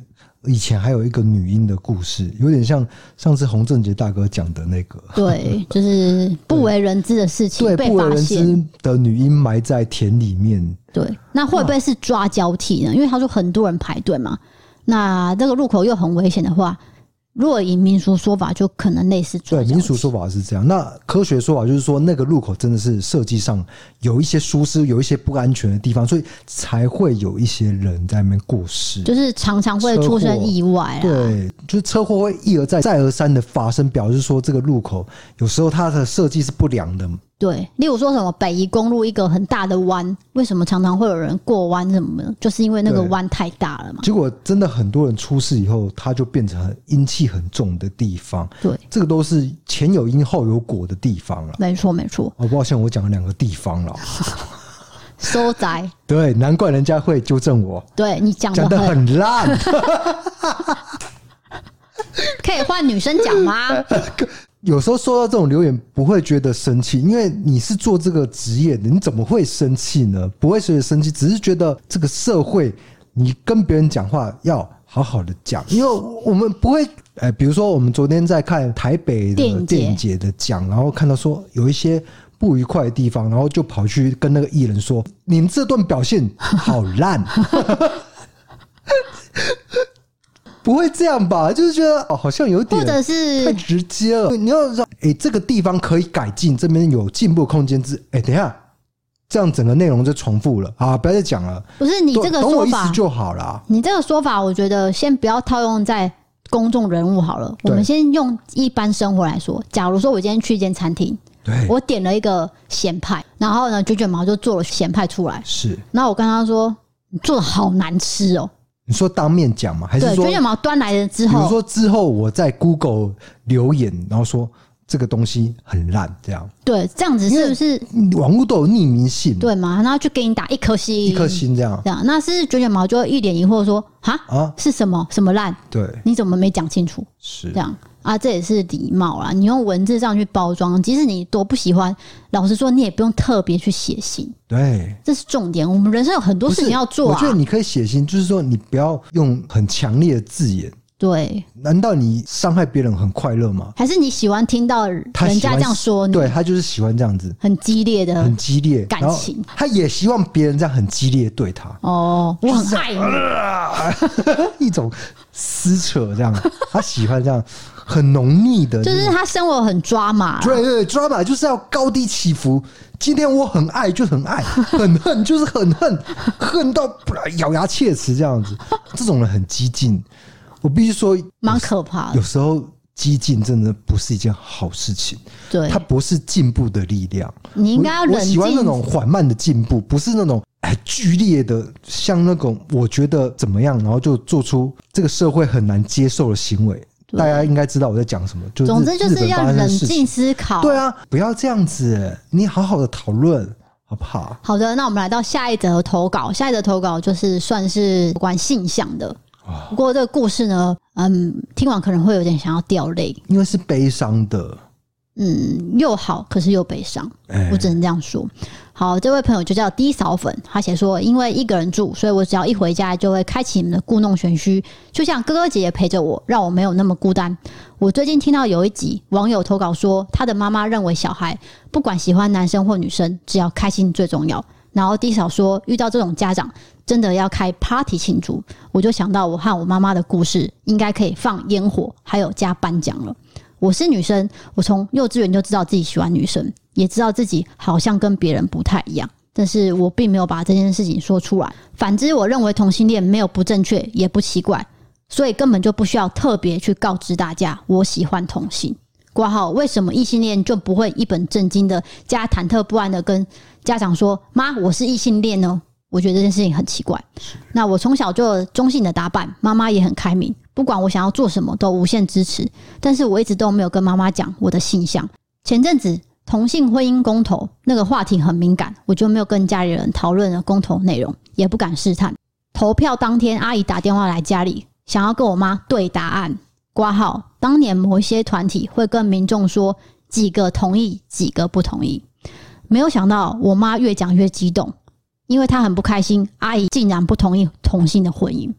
S2: 以前还有一个女婴的故事，有点像上次洪正杰大哥讲的那个，
S1: 对，就是不为人知的事情
S2: 对
S1: 被
S2: 不为
S1: 发
S2: 人
S1: 现。
S2: 知的女婴埋在田里面，
S1: 对，那会不会是抓交替呢？因为他说很多人排队嘛，那这个路口又很危险的话，如果以民俗说法，就可能类似抓
S2: 对，
S1: 交替。
S2: 民俗说法是这样，那科学说法就是说，那个路口真的是设计上有一些疏失，有一些不安全的地方，所以才会有一些人在那边过世。
S1: 就是常常会出生意外啊啦。
S2: 对，就是车祸会一而再、再而三的发生，表示说这个路口有时候它的设计是不良的。
S1: 对，例如说什么北宜公路一个很大的弯，为什么常常会有人过弯什么的？就是因为那个
S2: 对
S1: 弯太大了嘛。
S2: 结果真的很多人出事以后，它就变成很阴气很重的地方。
S1: 对，
S2: 这个都是前有因后有果的地方了。
S1: 没错没错，
S2: 哦，抱歉，我讲了两个地方了。
S1: 收窄。
S2: 对，难怪人家会纠正我，
S1: 对你讲的
S2: 讲的
S1: 很，
S2: 很烂。
S1: 可以换女生讲 吗？
S2: 哎有时候收到这种留言，不会觉得生气，因为你是做这个职业的，你怎么会生气呢？不会觉得生气，只是觉得这个社会，你跟别人讲话要好好的讲，因为我们不会，哎、比如说我们昨天在看台北
S1: 电
S2: 的
S1: 影节
S2: 电影节的奖，然后看到说有一些不愉快的地方，然后就跑去跟那个艺人说：“您这段表现好 烂。”不会这样吧？就是觉得哦，好像有点，
S1: 或者
S2: 太
S1: 是
S2: 直接了。你要说，哎、这个地方可以改进，这边有进步空间之，哎、等一下，这样整个内容就重复了啊！不要再讲了，
S1: 不是你这个
S2: 懂懂
S1: 说
S2: 我意
S1: 法
S2: 思就好啦。
S1: 你这个说法，我觉得先不要套用在公众人物好了，我
S2: 对
S1: 们先用一般生活来说。假如说我今天去一间餐厅，
S2: 对，
S1: 我点了一个咸派，然后呢，九卷毛就做了咸派出来，
S2: 是
S1: 然后我跟他说：“你做的好难吃哦、
S2: 你说当面讲吗？还是
S1: 对，九
S2: 说，比
S1: 卷毛端来了之
S2: 如
S1: 后，
S2: 说之后我在 Google 留言，然后说这个东西很烂，这样
S1: 对，这样子是不是
S2: 嗯网络都有匿名性，
S1: 对嘛？然后就给你打一颗星，
S2: 一颗，星这样
S1: 这样，那是九卷毛就一脸疑惑说：‘哈，
S2: 啊，
S1: 是什么什么烂？
S2: 对，
S1: 你怎么没讲清楚？’
S2: 是
S1: 这样啊，这也是礼貌啦。你用文字这样去包装，即使你多不喜欢，老实说，你也不用特别去写信，
S2: 对。
S1: 这是重点。我们人生有很多
S2: 不
S1: 事
S2: 是
S1: 情要做
S2: 我觉得
S1: 啊，
S2: 你可以写信，就是说你不要用很强烈的字眼，
S1: 对，
S2: 难道你伤害别人很快乐吗？
S1: 还是你喜欢听到人
S2: 他喜
S1: 家
S2: 欢
S1: 这样说你，
S2: 对他就是喜欢这样子，
S1: 很激烈的
S2: 很激烈
S1: 感
S2: 然后
S1: 情
S2: 他也希望别人这样很激烈对他，
S1: 哦，我很爱你，
S2: 一种撕扯这样，他喜欢这样很浓腻的，
S1: 就是他生活很抓马啦，
S2: 对对，drama 就是要高低起伏。今天我很爱就很爱，很恨 就是很恨，恨到咬牙切齿这样子。这种人很激进，我必须说，
S1: 蛮可怕的。
S2: 有时候激进真的不是一件好事情，
S1: 对
S2: 它，不是进步的力量。
S1: 你应该要
S2: 我我
S1: 冷
S2: 喜
S1: 静
S2: 欢那种缓慢的进步，不是那种哎剧烈的，像那种我觉得怎么样，然后就做出这个社会很难接受的行为。
S1: 对
S2: 大家应该知道我在讲什么，就是
S1: 总之就
S2: 日本
S1: 是
S2: 发
S1: 要
S2: 生的
S1: 冷
S2: 事情
S1: 静思考。
S2: 对啊，不要这样子，你好好的讨论好不好？
S1: 好的，那我们来到下一则投稿。下一则投稿就是算是有关性向的，不过这个故事呢，嗯，听完可能会有点想要掉泪，
S2: 因为是悲伤的，
S1: 嗯，又好，可是又悲伤，
S2: 哎
S1: 我只能这样说。好，这位朋友就叫低扫粉，他写说，因为一个人住，所以我只要一回家就会开启你们的故弄玄虚，就像哥哥姐姐陪着我，让我没有那么孤单。我最近听到有一集网友投稿说，他的妈妈认为小孩不管喜欢男生或女生，只要开心最重要。然后低嫂说，遇到这种家长，真的要开 party 庆祝。我就想到我和我妈妈的故事，应该可以放烟火，还有加颁奖了。我是女生，我从幼稚园就知道自己喜欢女生，也知道自己好像跟别人不太一样，但是我并没有把这件事情说出来。反之，我认为同性恋没有不正确，也不奇怪，所以根本就不需要特别去告知大家我喜欢同性。挂号，为什么异性恋就不会一本正经的加忐忑不安的跟家长说“妈，我是异性恋呢”？我觉得这件事情很奇怪。那我从小就有中性的打扮，妈妈也很开明，不管我想要做什么都无限支持。但是我一直都没有跟妈妈讲我的性向。前阵子同性婚姻公投那个话题很敏感，我就没有跟家里人讨论了公投内容，也不敢试探。投票当天，阿姨打电话来家里，想要跟我妈对答案。挂号，当年某一些团体会跟民众说几个同意，几个不同意。没有想到我妈越讲越激动，因为她很不开心，阿姨竟然不同意同性的婚姻。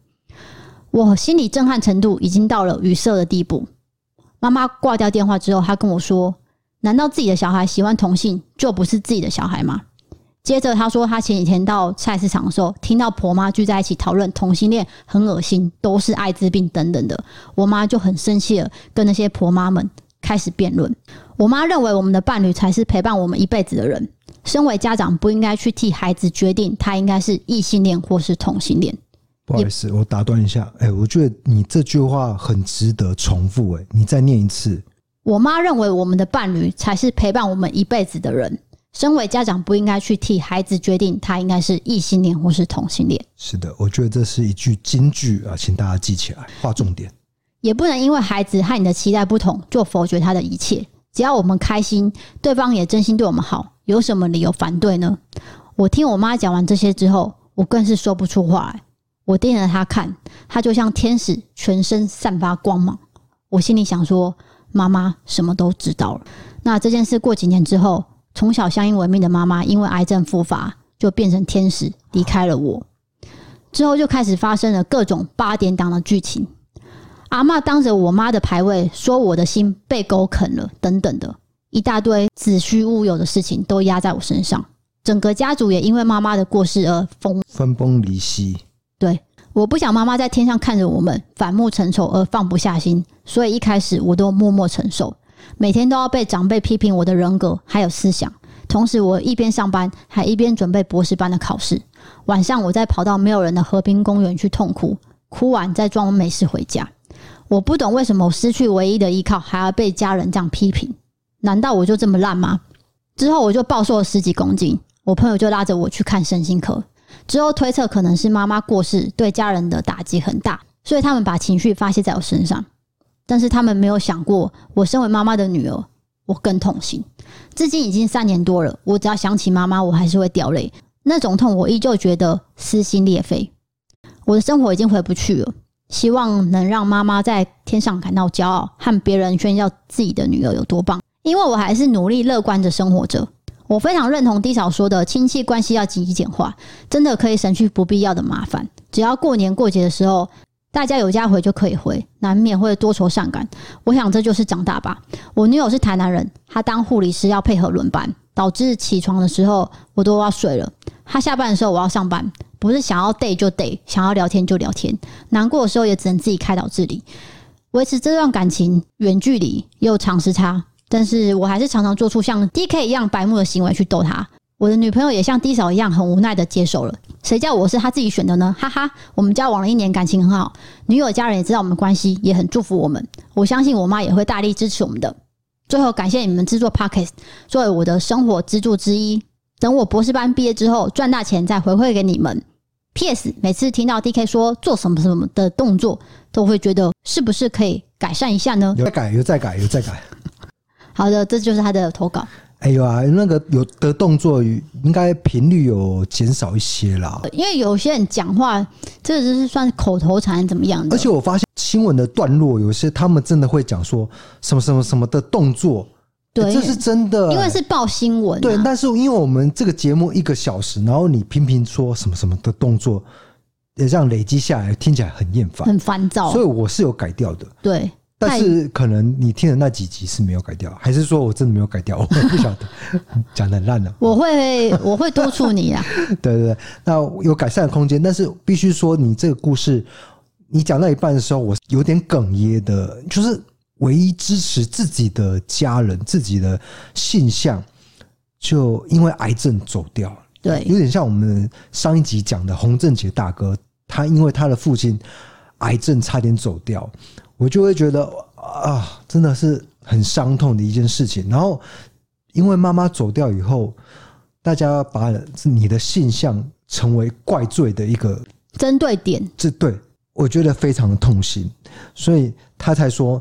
S1: 我心理震撼程度已经到了语塞的地步。妈妈挂掉电话之后，她跟我说：“难道自己的小孩喜欢同性就不是自己的小孩吗？”接着她说，她前几天到菜市场的时候，听到婆妈聚在一起讨论同性恋很恶心，都是艾滋病等等的。我妈就很生气了，跟那些婆妈们开始辩论。我妈认为我们的伴侣才是陪伴我们一辈子的人，身为家长不应该去替孩子决定他应该是异性恋或是同性恋。
S2: 不好意思，我打断一下，哎、我觉得你这句话很值得重复、哎，你再念一次，
S1: 我妈认为我们的伴侣才是陪伴我们一辈子的人，身为家长不应该去替孩子决定他应该是异性恋或是同性恋，
S2: 是的，我觉得这是一句金句啊，请大家记起来，划重点。
S1: 也不能因为孩子和你的期待不同就否决他的一切。只要我们开心，对方也真心对我们好，有什么理由反对呢？我听我妈讲完这些之后，我更是说不出话来。我盯着她看，她就像天使，全身散发光芒。我心里想说，妈妈什么都知道了。那这件事过几年之后，从小相依为命的妈妈因为癌症复发，就变成天使离开了我。之后就开始发生了各种八点档的剧情，阿嬷当着我妈的牌位说我的心被狗啃了等等的一大堆子虚乌有的事情都压在我身上，整个家族也因为妈妈的过世而疯
S2: 分崩离析，
S1: 对，我不想妈妈在天上看着我们反目成仇而放不下心，所以一开始我都默默承受，每天都要被长辈批评我的人格还有思想。同时，我一边上班，还一边准备博士班的考试。晚上，我再跑到没有人的河滨公园去痛哭，哭完再装没事回家。我不懂为什么我失去唯一的依靠，还要被家人这样批评？难道我就这么烂吗？之后我就暴瘦了十几公斤，我朋友就拉着我去看身心科，之后推测可能是妈妈过世对家人的打击很大，所以他们把情绪发泄在我身上。但是他们没有想过，我身为妈妈的女儿，我更痛心。至今已经三年多了，我只要想起妈妈，我还是会掉泪，那种痛我依旧觉得撕心裂肺。我的生活已经回不去了，希望能让妈妈在天上感到骄傲，和别人炫耀自己的女儿有多棒。因为我还是努力乐观着生活着。我非常认同低嫂说的，亲戚关系要紧急简化，真的可以省去不必要的麻烦。只要过年过节的时候，大家有家回就可以回，难免会多愁善感。我想这就是长大吧。我女友是台南人，她当护理师要配合轮班，导致起床的时候我都要睡了。她下班的时候我要上班，不是想要 day 就 day，想要聊天就聊天，难过的时候也只能自己开导自理。维持这段感情，远距离也有长时差，但是我还是常常做出像 D K 一样白目的行为去逗她。我的女朋友也像 D 嫂一样很无奈的接受了，谁叫我是她自己选的呢？哈哈，我们交往了一年，感情很好，女友家人也知道我们关系，也很祝福我们。我相信我妈也会大力支持我们的。最后感谢你们制作 Pockets，作为我的生活支柱之一。等我博士班毕业之后赚大钱再回馈给你们。P.S. 每次听到 D.K 说做什么什么的动作，都会觉得是不是可以改善一下呢？
S2: 有再改，有再改，有再改。
S1: 好的，这就是他的投稿。
S2: 哎呦啊，那个有的动作应该频率有减少一些啦。
S1: 因为有些人讲话，这就是算口头禅怎么样的
S2: 而且？我发现新闻的段落，有些他们真的会讲说什么什么什么的动作，
S1: 对，
S2: 哎这是真的、
S1: 因为是报新闻、啊，
S2: 对。但是因为我们这个节目一个小时，然后你频频说什么什么的动作，也这样累积下来，听起来很厌烦。
S1: 很烦躁
S2: 所。以我是有改掉的，
S1: 对，
S2: 但是可能你听的那几集是没有改掉，还是说我真的没有改掉？ 我也不晓得，讲的烂了。
S1: 我会 我会督促你啊。
S2: 对对对，那有改善的空间，但是必须说，你这个故事，你讲到一半的时候，我有点哽咽的，就是唯一支持自己的家人、自己的性向，就因为癌症走掉了。
S1: 对
S2: 有点像我们上一集讲的洪正杰大哥，他因为他的父亲哎癌症差点走掉，我就会觉得啊，真的是很伤痛的一件事情。然后因为妈妈走掉以后，大家把你的性向成为怪罪的一个
S1: 针对点，
S2: 这对我觉得非常的痛心，所以他才说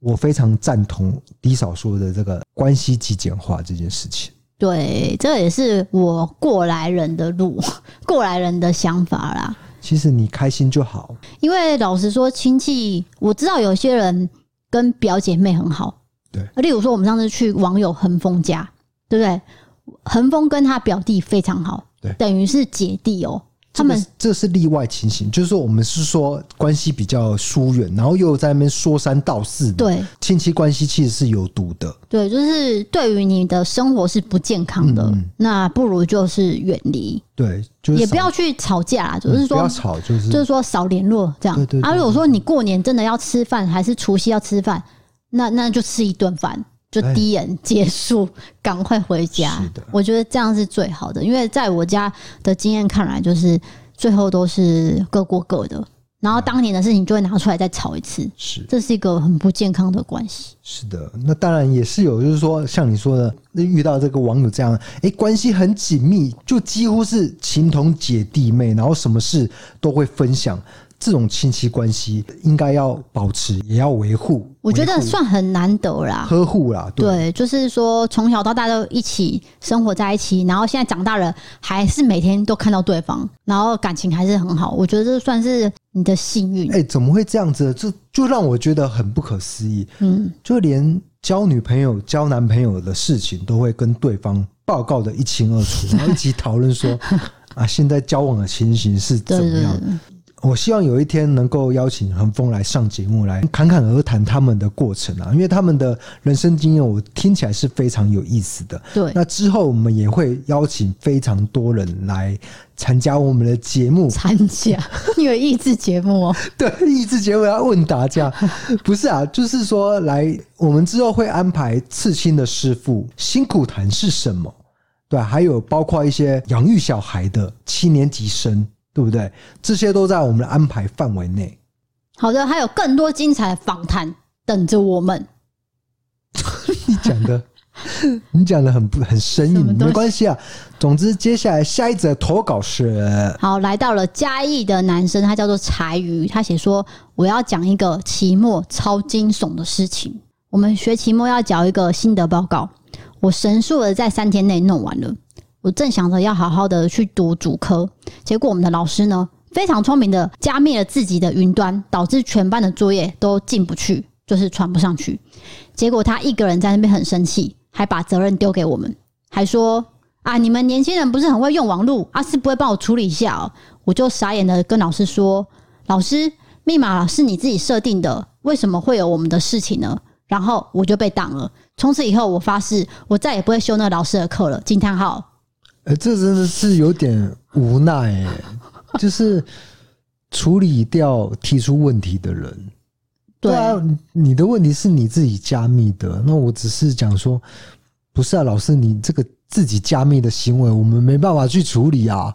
S2: 我非常赞同李嫂说的这个关系极简化这件事情。
S1: 对，这也是我过来人的路， 过来人的想法啦。
S2: 其实你开心就好，
S1: 因为老实说，亲戚我知道有些人跟表姐妹很好，啊
S2: 对，
S1: 例如说我们上次去网友恒丰家，对不对？恒丰跟他表弟非常好，
S2: 对
S1: 等于是姐弟哦、他
S2: 这个
S1: 们
S2: 是这是例外情形，就是说我们是说关系比较疏远，然后又在那边说三道四的，
S1: 对
S2: 亲戚关系其实是有毒的。
S1: 对，就是对于你的生活是不健康的，
S2: 嗯嗯
S1: 那不如就是远离，
S2: 对，就是
S1: 也
S2: 少
S1: 不要去吵架啦，就是
S2: 嗯不
S1: 说
S2: 要吵，就是
S1: 就是说少联络这样。
S2: 对对对
S1: 啊，如果说你过年真的要吃饭，还是除夕要吃饭，那那就吃一顿饭，就
S2: 哎
S1: 低眼结束，赶快回家
S2: 是的。
S1: 我觉得这样是最好的，因为在我家的经验看来，就是最后都是各过各的，然
S2: 嗯
S1: 后当年的事情就会拿出来再吵一次，
S2: 是
S1: 这是一个很不健康的关系。
S2: 是的，那当然也是有，就是说像你说的，那遇到这个网友这样，哎，关系很紧密，就几乎是情同姐弟妹，然后什么事都会分享，这种亲戚关系应该要保持，也要维护。
S1: 我觉得
S2: 维护
S1: 算很难得啦。
S2: 呵护啦，对
S1: 对，就是说从小到大都一起生活在一起，然后现在长大了还是每天都看到对方，然后感情还是很好。我觉得这算是你的幸运。
S2: 哎、怎么会这样子？这就让我觉得很不可思议。
S1: 嗯，
S2: 就连交女朋友、交男朋友的事情，都会跟对方报告的一清 二楚，然后一起讨论说啊，现在交往的情形是
S1: 对
S2: 怎
S1: 对
S2: 么
S1: 对
S2: 样。我希望有一天能够邀请恒丰来上节目，来侃侃而谈他们的过程啊，因为他们的人生经验，我听起来是非常有意思的。
S1: 对对，
S2: 那之后我们也会邀请非常多人来参加我们的节目，
S1: 参加 你有益智节目哦，
S2: 对，益智节目要问答这样， 不是啊，就是说来，我们之后会安排刺青的师傅辛苦谈是什么，对啊、还有包括一些养育小孩的七年级生，对不对？这些都在我们的安排范围内。
S1: 好的，还有更多精彩的访谈等着我们。
S2: 你讲的， 你讲的很不很生
S1: 什么东
S2: 硬，
S1: 西
S2: 没关系啊。总之，接下来下一则投稿是
S1: 好，来到了嘉义的男生，他叫做柴鱼，他写说我要讲一个期末超惊悚的事情。我们学期末要缴一个心得报告，我神速的在三天内弄完了。我正想着要好好的去读主科，结果我们的老师呢非常聪明的加密了自己的云端，导致全班的作业都进不去，就是传不上去。结果他一个人在那边很生气，还把责任丢给我们，还说啊，你们年轻人不是很会用网络啊，是不会帮我处理一下哦？我就傻眼的跟老师说，老师，密码是你自己设定的，为什么会有我们的事情呢？”然后我就被挡了。从此以后，我发誓我再也不会修那老师的课了。惊叹号！
S2: 呃，这真的是有点无奈、欸，就是处理掉提出问题的人。
S1: 对，
S2: 啊，你的问题是你自己加密的，那我只是讲说，不是啊，老师，你这个自己加密的行为，我们没办法去处理啊。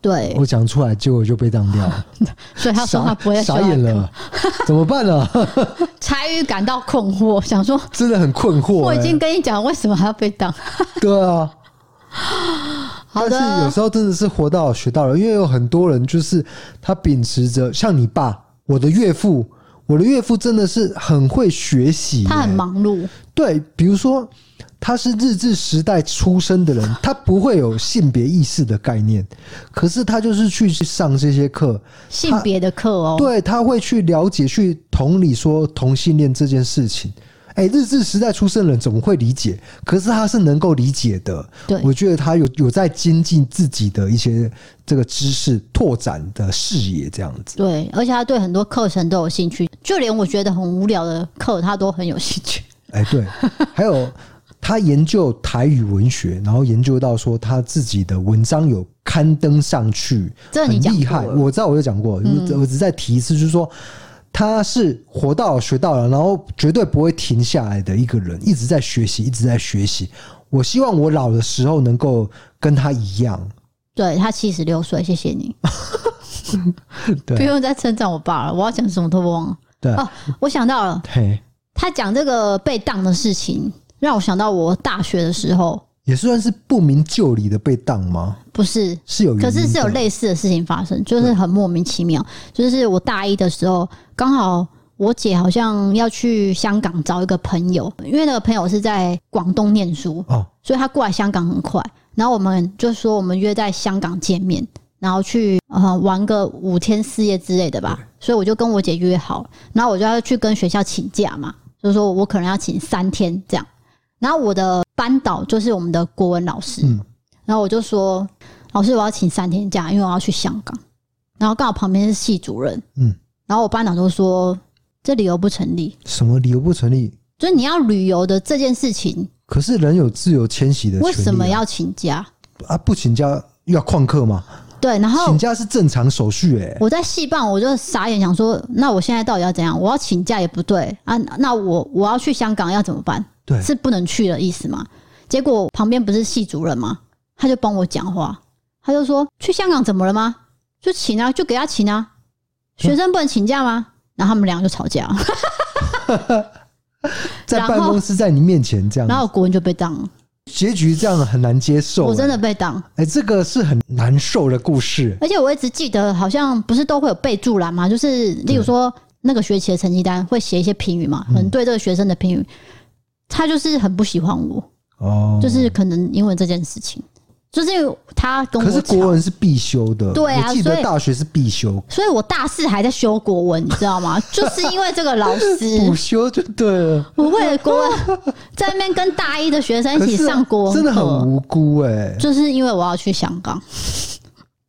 S1: 对，
S2: 我讲出来，结果就被当掉了，
S1: 所以 他说
S2: 傻
S1: 他不会修
S2: 傻
S1: 那
S2: 眼
S1: 课。
S2: 了，怎么办呢、
S1: 柴鱼感到困惑，想说
S2: 真的很困惑、欸。
S1: 我已经跟你讲，为什么还要被挡？
S2: 对啊，
S1: 好
S2: 但是有
S1: 的，
S2: 时候真的是活到老学到了，因为有很多人就是他秉持着像你爸，我的岳父，我的岳父真的是很会学习、欸
S1: 他很。忙碌，
S2: 对，比如说他是日治时代出生的人，他不会有性别意识的概念，可是他就是去上这些课，
S1: 性别的课哦。
S2: 对他会去了解、去同理说同性恋这件事情。哎、日治时代出生的人怎么会理解？可是他是能够理解的。
S1: 对
S2: 我觉得他有有在精进自己的一些这个知识，拓展的视野这样子。
S1: 对，而且他对很多课程都有兴趣，就连我觉得很无聊的课，他都很有兴趣。
S2: 哎、对，还有他研究台语文学，然后研究到说他自己的文章有刊登上去，
S1: 这你
S2: 很
S1: 讲
S2: 厉
S1: 过
S2: 害。
S1: 了，嗯
S2: 我知道，我有讲过，我我只再提一次，就是说他是活到老学到老，然后绝对不会停下来的一个人，一直在学习，一直在学习。我希望我老的时候能够跟他一样，
S1: 对他七十六岁，谢谢你，不
S2: 对
S1: 用再称赞我爸了。我要讲什么都忘了。
S2: 对，
S1: 哦，我想到了，
S2: 嘿，
S1: 他讲这个被当的事情，让我想到我大学的时候，
S2: 也算是不明就里的被当吗？
S1: 不是
S2: 是有原因
S1: 可
S2: 的，
S1: 是是有类似的事情发生，就是很莫名其妙。就是我大一的时候，刚好我姐好像要去香港找一个朋友，因为那个朋友是在广东念书，
S2: 哦，
S1: 所以她过来香港很快。然后我们就说我们约在香港见面，然后去呃玩个五天四夜之类的吧。所以我就跟我姐约好了，然后我就要去跟学校请假嘛，就是说我可能要请三天这样。然后我的班导就是我们的国文老师，
S2: 嗯
S1: 然后我就说老师我要请三天假，因为我要去香港。然后刚好旁边是系主任，
S2: 嗯，
S1: 然后我班长就说这理由不成立，
S2: 什么理由不成立？
S1: 就是你要旅游的这件事情，
S2: 可是人有自由迁徙的权利、
S1: 为
S2: 啊，
S1: 什么要请假？
S2: 啊？不请假又要旷课吗？
S1: 对，然后
S2: 请假是正常手续、欸，哎，
S1: 我在戏办，我就傻眼，想说，那我现在到底要怎样？我要请假也不对啊，那我我要去香港要怎么办？
S2: 对
S1: 是不能去的意思吗？结果旁边不是系主任吗？他就帮我讲话，他就说去香港怎么了吗？就请啊，就给他请啊，学生不能请假吗？然后他们两个就吵架，
S2: 在
S1: 然后
S2: 办公室在你面前这样 子
S1: 然后国文就被当了，
S2: 结局这样很难接受、
S1: 我真的
S2: 哎、
S1: 被当，
S2: 这个是很难受的故事。
S1: 而且我一直记得，好像不是都会有备注栏嘛，就是例如说那个学期的成绩单会写一些评语嘛，
S2: 嗯
S1: 可能对这个学生的评语，他就是很不喜欢我，
S2: 哦，
S1: 就是可能因为这件事情，就是因为他跟
S2: 可
S1: 我
S2: 是
S1: 吵
S2: 国文是必修的，
S1: 对啊
S2: 我记
S1: 所
S2: 得
S1: 以
S2: 大学是必修，
S1: 所以我大四还在修国文，你知道 吗？就是因为这个老
S2: 补
S1: 师，
S2: 修就对了。
S1: 我为了国文在那边跟大一的学生一
S2: 可
S1: 起
S2: 是啊
S1: 上国文
S2: 真的很
S1: 课，
S2: 无辜哎、
S1: 就是因为我要去香港，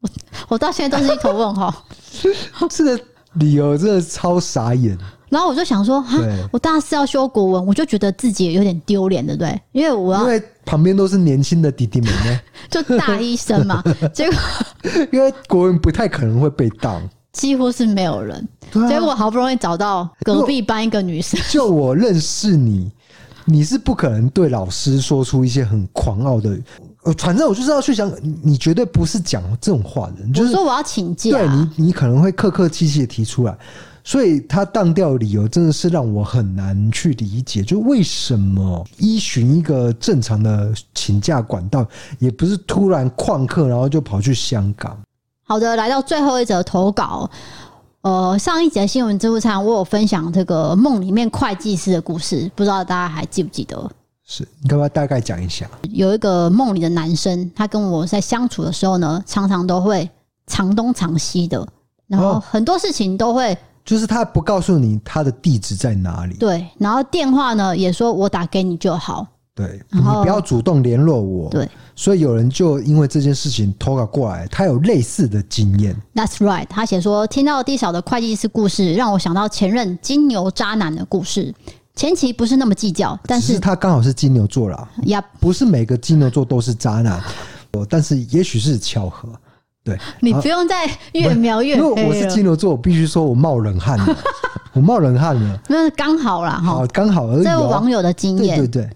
S1: 我我到现在都是一头问号。
S2: 这个理由真的超傻眼。
S1: 然后我就想说，哈
S2: 对，
S1: 我大四要修国文，我就觉得自己也有点丢脸，对不对？因为我
S2: 因
S1: 要
S2: 为旁边都是年轻的弟弟妹妹，
S1: 就大一生 嘛，结果
S2: 因为国文不太可能会被当。
S1: 几乎是没有人。
S2: 对啊
S1: 结果好不容易找到隔壁班一个女生，
S2: 就我认识你，你是不可能对老师说出一些很狂傲的。呃，反正我就是要去想，你你绝对不是讲这种话的，你就
S1: 我
S2: 是
S1: 说我啊要请假
S2: 对，你，你可能会客客气气的提出来，所以他当掉的理由真的是让我很难去理解，就为什么依循一个正常的请假管道，也不是突然旷课，然后就跑去香港。
S1: 好的，来到最后一则投稿。呃，上一集的新闻自助餐，我有分享这个梦里面会计师的故事，不知道大家还记不记得？
S2: 是，你干嘛大概讲一下？
S1: 有一个梦里的男生，他跟我在相处的时候呢，常常都会藏东藏西的，然后
S2: 哦
S1: 很多事情都会
S2: 就是他不告诉你他的地址在哪里，
S1: 对，然后电话呢也说我打给你就好，
S2: 对你
S1: 然后
S2: 不要主动联络我。
S1: 对
S2: 所以有人就因为这件事情投稿过来，他有类似的经验。
S1: That's right，他写说听到地嫂的会计师故事，让我想到前任金牛渣男的故事。前期不是那么计较，但
S2: 只
S1: 是
S2: 是他刚好是金牛座啦，
S1: 呀，
S2: 不是每个金牛座都是渣男，我但是也许是巧合。对，
S1: 你不用再
S2: 啊
S1: 越描越
S2: 因
S1: 黑
S2: 为我是
S1: 了
S2: 金，牛座，我必须说我冒冷 汗了，我冒冷汗了，
S1: 那刚好啦哈
S2: 好，。刚好而已、
S1: 这位
S2: 哦
S1: 网。友的经
S2: 对
S1: 验
S2: 对，对，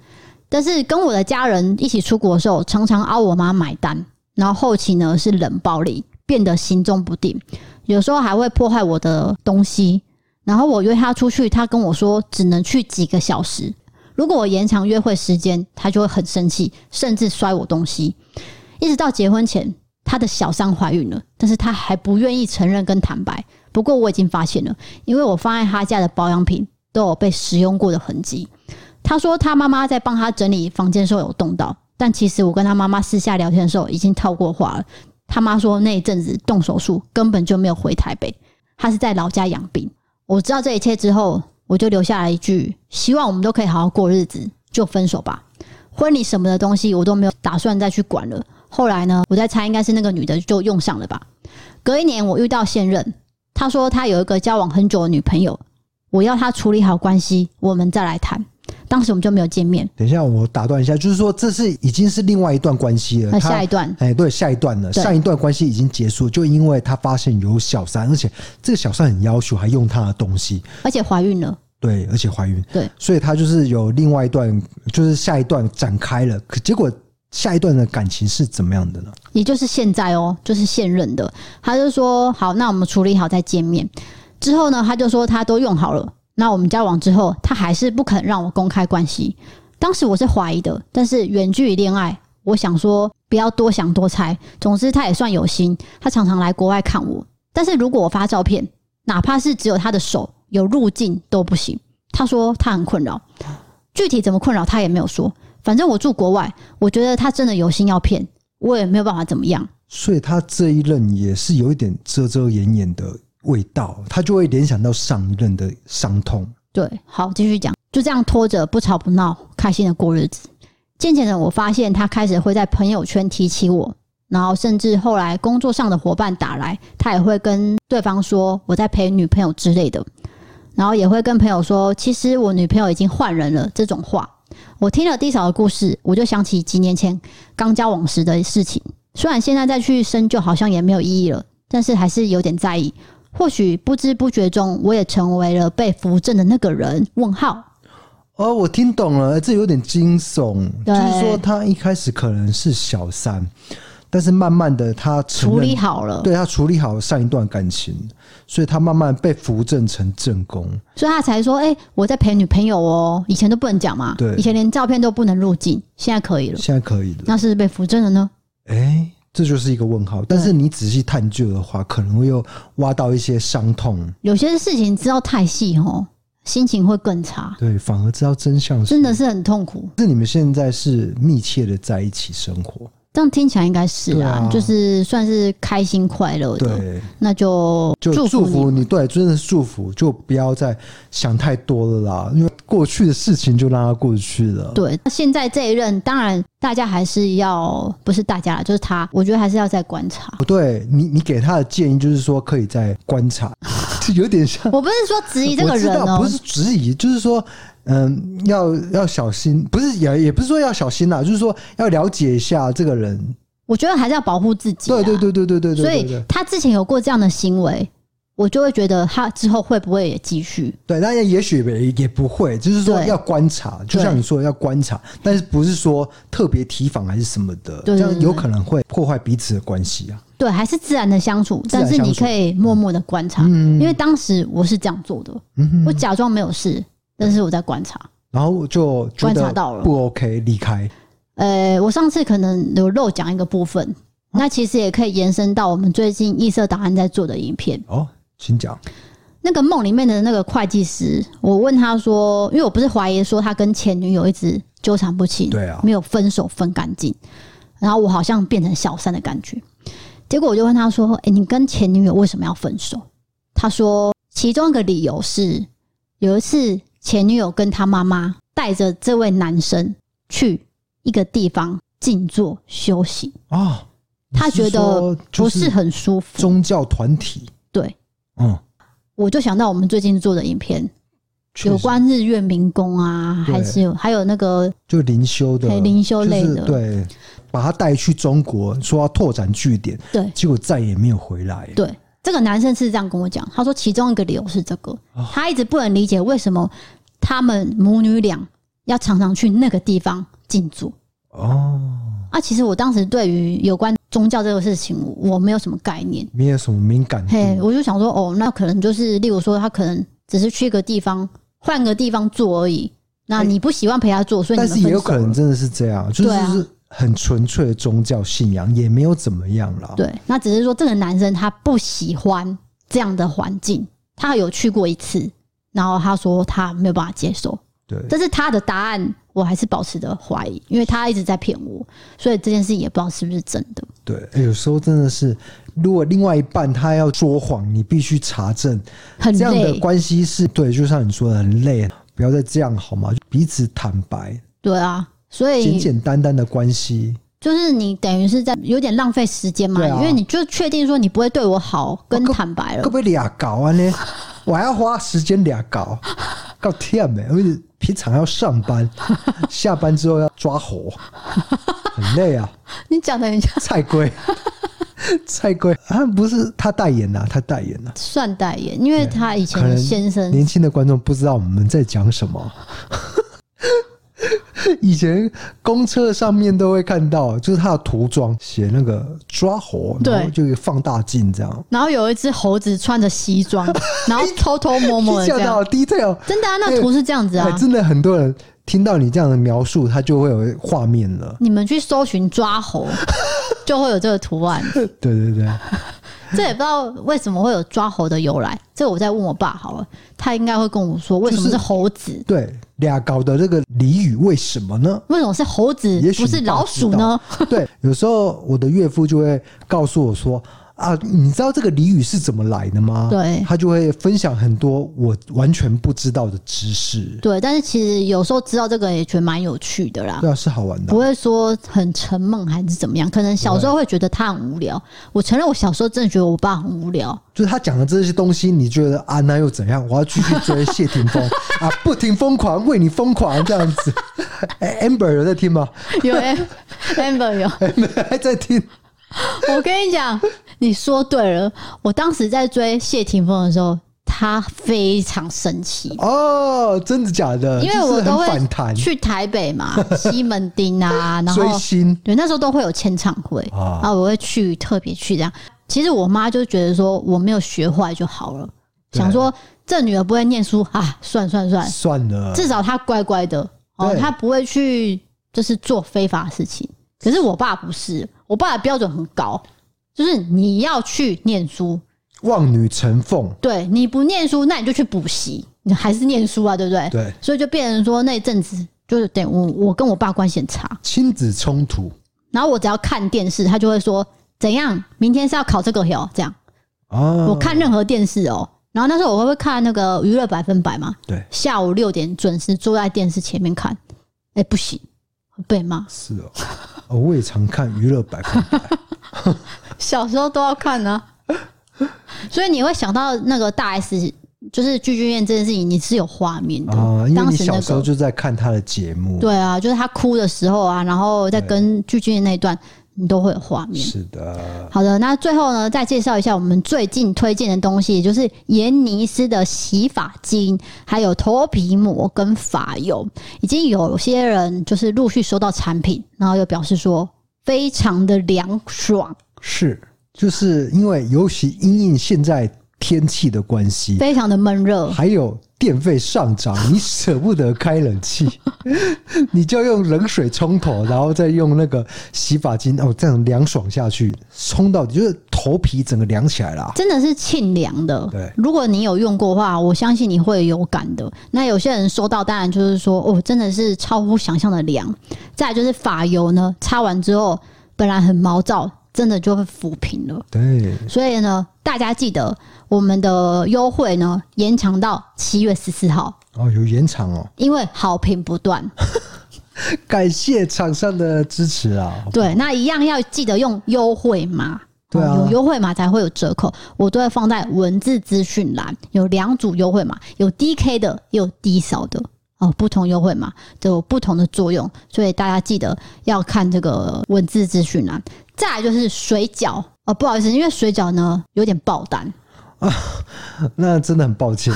S1: 但是跟我的家人一起出国的时候，常常凹我妈买单，然后后期呢是冷暴力，变得行踪不定，有时候还会破坏我的东西。然后我约她出去，她跟我说只能去几个小时，如果我延长约会时间，她就会很生气，甚至摔我东西。一直到结婚前，她的小三怀孕了，但是她还不愿意承认跟坦白。不过我已经发现了，因为我放在她家的保养品都有被使用过的痕迹。他说他妈妈在帮他整理房间的时候有动到，但其实我跟他妈妈私下聊天的时候已经套过话了。他妈说那一阵子动手术根本就没有回台北，他是在老家养病。我知道这一切之后，我就留下了一句：希望我们都可以好好过日子，就分手吧。婚礼什么的东西我都没有打算再去管了。后来呢，我在猜应该是那个女的就用上了吧。隔一年我遇到现任，他说他有一个交往很久的女朋友，我要他处理好关系，我们再来谈。当时我们就没有见面。
S2: 等一下我打断一下，就是说这是已经是另外一段关系了。
S1: 那
S2: 他
S1: 下一段
S2: 哎，对，下一段了，
S1: 对
S2: 上一段关系已经结束，就因为他发现有小三，而且这个小三很要求，还用他的东西，
S1: 而且怀孕了，
S2: 对，而且怀孕，
S1: 对，
S2: 所以他就是有另外一段，就是下一段展开了，可结果下一段的感情是怎么样的呢？
S1: 也就是现在哦，就是现任的，他就说好，那我们处理好再见面。之后呢，他就说他都用好了。那我们交往之后，他还是不肯让我公开关系。当时我是怀疑的，但是远距离恋爱，我想说不要多想多猜。总之他也算有心，他常常来国外看我。但是如果我发照片，哪怕是只有他的手有入境都不行。他说他很困扰，具体怎么困扰他也没有说。反正我住国外，我觉得他真的有心要骗，我也没有办法怎么样。
S2: 所以他这一任也是有一点遮遮掩掩的味道，他就会联想到上一任的伤痛。
S1: 对，好，继续讲，就这样拖着，不吵不闹，开心的过日子。渐渐的，我发现他开始会在朋友圈提起我，然后甚至后来工作上的伙伴打来，他也会跟对方说我在陪女朋友之类的，然后也会跟朋友说，其实我女朋友已经换人了这种话。我听了 D 嫂的故事，我就想起几年前刚交往时的事情。虽然现在再去深究，好像也没有意义了，但是还是有点在意。或许不知不觉中，我也成为了被扶正的那个人。问号，
S2: 哦，我听懂了，这有点惊悚，就
S1: 对
S2: 是说他一开始可能是小三，但是慢慢的他承
S1: 处
S2: 认
S1: 理好了，
S2: 对他处理好上一段感情，所以他慢慢被扶正成正宫。
S1: 所以他才说：“哎、我在陪女朋友哦，以前都不能讲嘛，
S2: 对
S1: 以前连照片都不能入境，现在可以了。
S2: 现在可以了，
S1: 那是不是被扶正了呢？
S2: 哎、这就是一个问号。但是你仔细探究的话，可能会又挖到一些伤痛，
S1: 有些事情知道太细哦，心情会更差，
S2: 对，反而知道真相是
S1: 真的是很痛苦。
S2: 是你们现在是密切的在一起生活，
S1: 这样听起来应该是
S2: 对
S1: 啊，
S2: 啊
S1: 就是算是开心快乐的，
S2: 对，
S1: 那就
S2: 就
S1: 祝
S2: 祝
S1: 福你。
S2: 福你，对，真的是祝福，就不要再想太多了啦，因为过去的事情就让它过去了。
S1: 对，那现在这一任，当然大家还是要，不是大家啦，就是他，我觉得还是要再观察。
S2: 不对，你你给他的建议就是说可以再观察， 这有点像
S1: 我不是说质疑这个
S2: 我知
S1: 人
S2: 道
S1: 哦、
S2: 不是质疑，就是说，嗯，要要小心，不是也也不是说要小心啦，就是说要了解一下这个人。
S1: 我觉得还是要保护自己、啊。
S2: 对对对对对对对
S1: 所
S2: 对
S1: 以
S2: 对，
S1: 他之前有过这样的行为，我就会觉得他之后会不会也继续？
S2: 对，那也也许也也不会，就是说
S1: 对
S2: 要观察，就像你说的要观察，但是不是说特别提防还是什么的，
S1: 对对
S2: 这样
S1: 对
S2: 有可能会破坏彼此的关系啊。
S1: 对，还是自然的相处，
S2: 自然
S1: 但是你
S2: 相处嗯
S1: 可以默默的观察，因为当时我是这样做的，我假装没有事，但是我在观察。
S2: 然后就觉
S1: 观察
S2: 得
S1: 到了
S2: 不 OK，离开。
S1: 呃，我上次可能有漏讲一个部分，那其实也可以延伸到我们最近异色档案在做的影片。
S2: 哦，请讲。
S1: 那个梦里面的那个会计师，我问他说，因为我不是怀疑说他跟前女友一直纠缠不清，
S2: 对啊
S1: 没有分手分干净，然后我好像变成小三的感觉。结果我就问他说：“哎、你跟前女友为什么要分手？”他说，其中一个理由是有一次前女友跟他妈妈带着这位男生去一个地方静坐休息，
S2: 啊，
S1: 他觉得不是很舒服。
S2: 宗教团体，
S1: 对，
S2: 嗯，
S1: 我就想到我们最近做的影片，
S2: 确实
S1: 有关日月民工啊，
S2: 对
S1: 还是有还有那个
S2: 就灵修的
S1: 嘿灵修类的
S2: 就是对，把他带去中国，说要拓展据点，
S1: 对
S2: 结果再也没有回来。
S1: 对，这个男生是这样跟我讲，他说其中一个理由是这个，
S2: 哦
S1: 他一直不能理解为什么他们母女俩要常常去那个地方静坐。
S2: 哦，
S1: 啊，其实我当时对于有关宗教这个事情，我没有什么概念。
S2: 没有什么敏感度，
S1: 嘿，我就想说，哦，那可能就是，例如说，他可能只是去一个地方，换个地方做而已。那你不喜欢陪他做，所以你
S2: 哎但
S1: 们
S2: 是也有
S1: 分手
S2: 可能
S1: 了。
S2: 真的是这样，就是
S1: 对啊
S2: 是很纯粹的宗教信仰，也没有怎么样啦。
S1: 对，那只是说这个男生他不喜欢这样的环境，他有去过一次，然后他说他没有办法接受，
S2: 对，
S1: 但是他的答案我还是保持着怀疑，因为他一直在骗我，所以这件事情也不知道是不是真的。
S2: 对，欸有时候真的是，如果另外一半他要说谎，你必须查证，
S1: 很
S2: 这样的
S1: 累，
S2: 关系是对，就像你说的很累，不要再这样好吗？就彼此坦白，
S1: 对啊，所
S2: 简
S1: 以
S2: 简单单的关系，
S1: 就是你等于是在有点浪费时间嘛，
S2: 对啊哦
S1: 因为你就确定说你不会对我好，跟
S2: 可
S1: 坦白了
S2: 可。不可以俩搞啊呢？我还要花时间俩搞，够甜的，因为平常要上班，下班之后要抓猴，很累啊。
S1: 你讲的很像
S2: 蔡圭，蔡圭啊，不是他代言呐、啊他代言呐、
S1: 算代言，因为他以前
S2: 啊可能
S1: 的先生
S2: 年轻的观众不知道我们在讲什么。以前公车上面都会看到，就是他的涂装写那个抓猴，
S1: 对
S2: 然后就有放大镜这样。
S1: 然后有一只猴子穿着西 装，然后偷偷摸摸的这
S2: 笑到
S1: 样，
S2: detail，
S1: 真的啊，那图是这样子
S2: 哎
S1: 啊。
S2: 真的很多人听到你这样的描述，他就会有画面了。
S1: 你们去搜寻抓猴，就会有这个图案。
S2: 对对对，
S1: 这也不知道为什么会有抓猴的由来，这我再问我爸好了，他应该会跟我说为什么
S2: 就是
S1: 是猴子，
S2: 对俩搞的这个俚语为什么呢？
S1: 为什么是猴子
S2: 也许
S1: 不是
S2: 你爸
S1: 老
S2: 知
S1: 鼠
S2: 道
S1: 呢？
S2: 对，有时候我的岳父就会告诉我说：“啊，你知道这个俚语是怎么来的吗？”
S1: 对
S2: 他就会分享很多我完全不知道的知识，
S1: 对，但是其实有时候知道这个也觉得蛮有趣的啦，
S2: 对啊，是好玩的
S1: 不。会说很沉闷还是怎么样。可能小时候会觉得他很无聊，我承认我小时候真的觉得我爸很无聊，
S2: 就是他讲的这些东西，你觉得啊，那又怎样？我要继续追谢霆锋啊，不停疯狂，为你疯狂这样子。哎、a m b e r 有在听吗？
S1: 有 Am- Amber 有，
S2: 哎、没 还在听。
S1: 我跟你讲，你说对了，我当时在追谢霆锋的时候，他非常生气。
S2: 哦，真的假的？
S1: 因为
S2: 就是
S1: 我都
S2: 很反
S1: 会
S2: 弹
S1: 去台北 嘛，西门町啊，然后
S2: 追星
S1: 对，那时候都会有签唱会
S2: 啊
S1: 啊，我会去特别去这样。其实我妈就觉得说我没有学坏就好了，
S2: 对
S1: 想说这女儿不会念书啊，算算算，
S2: 算了，
S1: 至少她乖乖的哦，
S2: 对
S1: 她不会去就是做非法的事情。可是我爸不是，我爸的标准很高，就是你要去念书，
S2: 望女成凤。
S1: 对，你不念书，那你就去补习，你还是念书啊，对不对？
S2: 对，
S1: 所以就变成说那一阵子就是等于我我跟我爸关系很差，
S2: 亲子冲突
S1: 然后我只要看电视，他就会说怎样，明天是要考这个哟，这样。
S2: 啊，
S1: 我看任何电视哦、然后那时候我会看那个娱乐百分百嘛，
S2: 对，
S1: 下午六点准时坐在电视前面看，哎、不行，会被骂。
S2: 是哦，哦我也常看娱乐百 分百，
S1: 小时候都要看啊， 所以你会想到那个大 S。就是剧剧院这件事情，你是有画面的。
S2: 啊，因为
S1: 当
S2: 你
S1: 时那
S2: 小时候
S1: 个
S2: 就在看他的节目，，
S1: 对啊，就是他哭的时候啊，然后在跟剧剧院那一段，你都会有画面。
S2: 是的，
S1: 好的，那最后呢，再介绍一下我们最近推荐的东西，也就是颜尼斯的洗发精，还有头皮膜跟发油。已经有些人就是陆续收到产品，然后又表示说非常的凉爽，
S2: 是，就是因为尤其因应现在天气的关系，
S1: 非常的闷热。
S2: 还有电费上涨，你舍不得开冷气， 你就用冷水冲头，然后再用那个洗发精，哦，这样凉爽下去，冲到底就是头皮整个凉起来了。
S1: 真的是沁凉的。
S2: 对
S1: 如果你有用过的话，我相信你会有感的。那有些人收到，当然就是说，哦，真的是超乎想象的凉。再来就是发油呢，擦完之后本来很毛躁，真的就会抚平了。
S2: 对，
S1: 所以呢，大家记得我们的优惠呢延长到七月十四号，
S2: 哦，有延长哦，
S1: 因为好评不断。
S2: 感谢厂商的支持啊！
S1: 对，那一样要记得用优惠码。哦
S2: 对啊
S1: 有优惠码才会有折扣，我都会放在文字资讯栏，有两组优惠码，有 DK 的，也有 D 少的哦，不同优惠码都有不同的作用，所以大家记得要看这个文字资讯栏。再来就是水饺哦，不好意思，因为水饺呢有点爆单，
S2: 那真的很抱歉，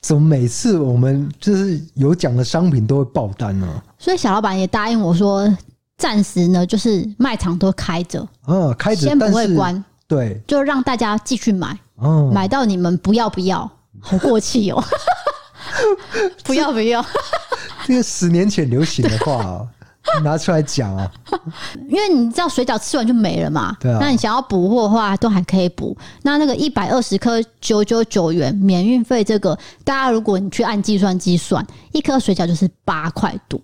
S2: 怎么每次我们就是有奖的商品都会爆单呢、
S1: 所以小老板也答应我说，暂时呢就是卖场都开着，
S2: 啊？啊，开着
S1: 先不
S2: 但
S1: 会
S2: 是
S1: 关，
S2: 对，
S1: 就让大家继续买。
S2: 嗯，
S1: 买到你们不要不 要，好过气哦！不要不要，
S2: 这个十年前流行的话 啊、拿出来讲啊，
S1: 因为你知道水饺吃完就没了嘛。
S2: 对啊
S1: 那你想要补货的话，都还可以补。那那个一百二十颗九九九元免运费，这个大家如果你去按计算机算，一颗水饺就是八块多，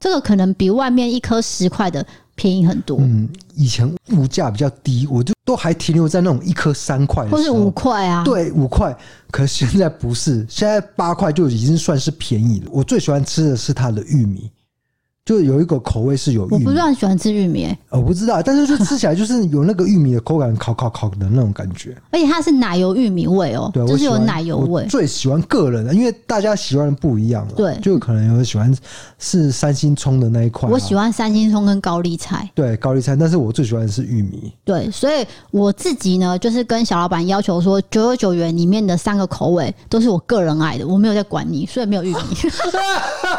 S1: 这个可能比外面一颗十块的便宜很多，
S2: 嗯，以前物价比较低，我就都还停留在那种一颗三块的时候，
S1: 或是五块啊。
S2: 对，五块。可是现在不是，现在八块就已经算是便宜了。我最喜欢吃的是它的玉米，就有一个口味是有
S1: 我
S2: 玉
S1: 不
S2: 米
S1: 是，很喜欢吃玉米、欸
S2: 呃我不知道，但是就吃起来就是有那个玉米的口感，烤烤烤的那种感觉。
S1: 而且它是奶油玉米味哦、
S2: 对，
S1: 就
S2: 我
S1: 是
S2: 喜
S1: 有
S2: 欢
S1: 奶油
S2: 我
S1: 味。
S2: 最喜欢个人的，因为大家喜欢的不一样了。
S1: 对
S2: 就可能有人喜欢是三星葱的那一块、
S1: 我喜
S2: 欢。
S1: 欢三星葱跟高丽菜。
S2: 对高丽菜，但是我最喜欢的是玉米。
S1: 对，所以我自己呢，就是跟小老板要求说，九九九元里面的三个口味都是我个人爱的，我没有在管你，所以没有玉 米。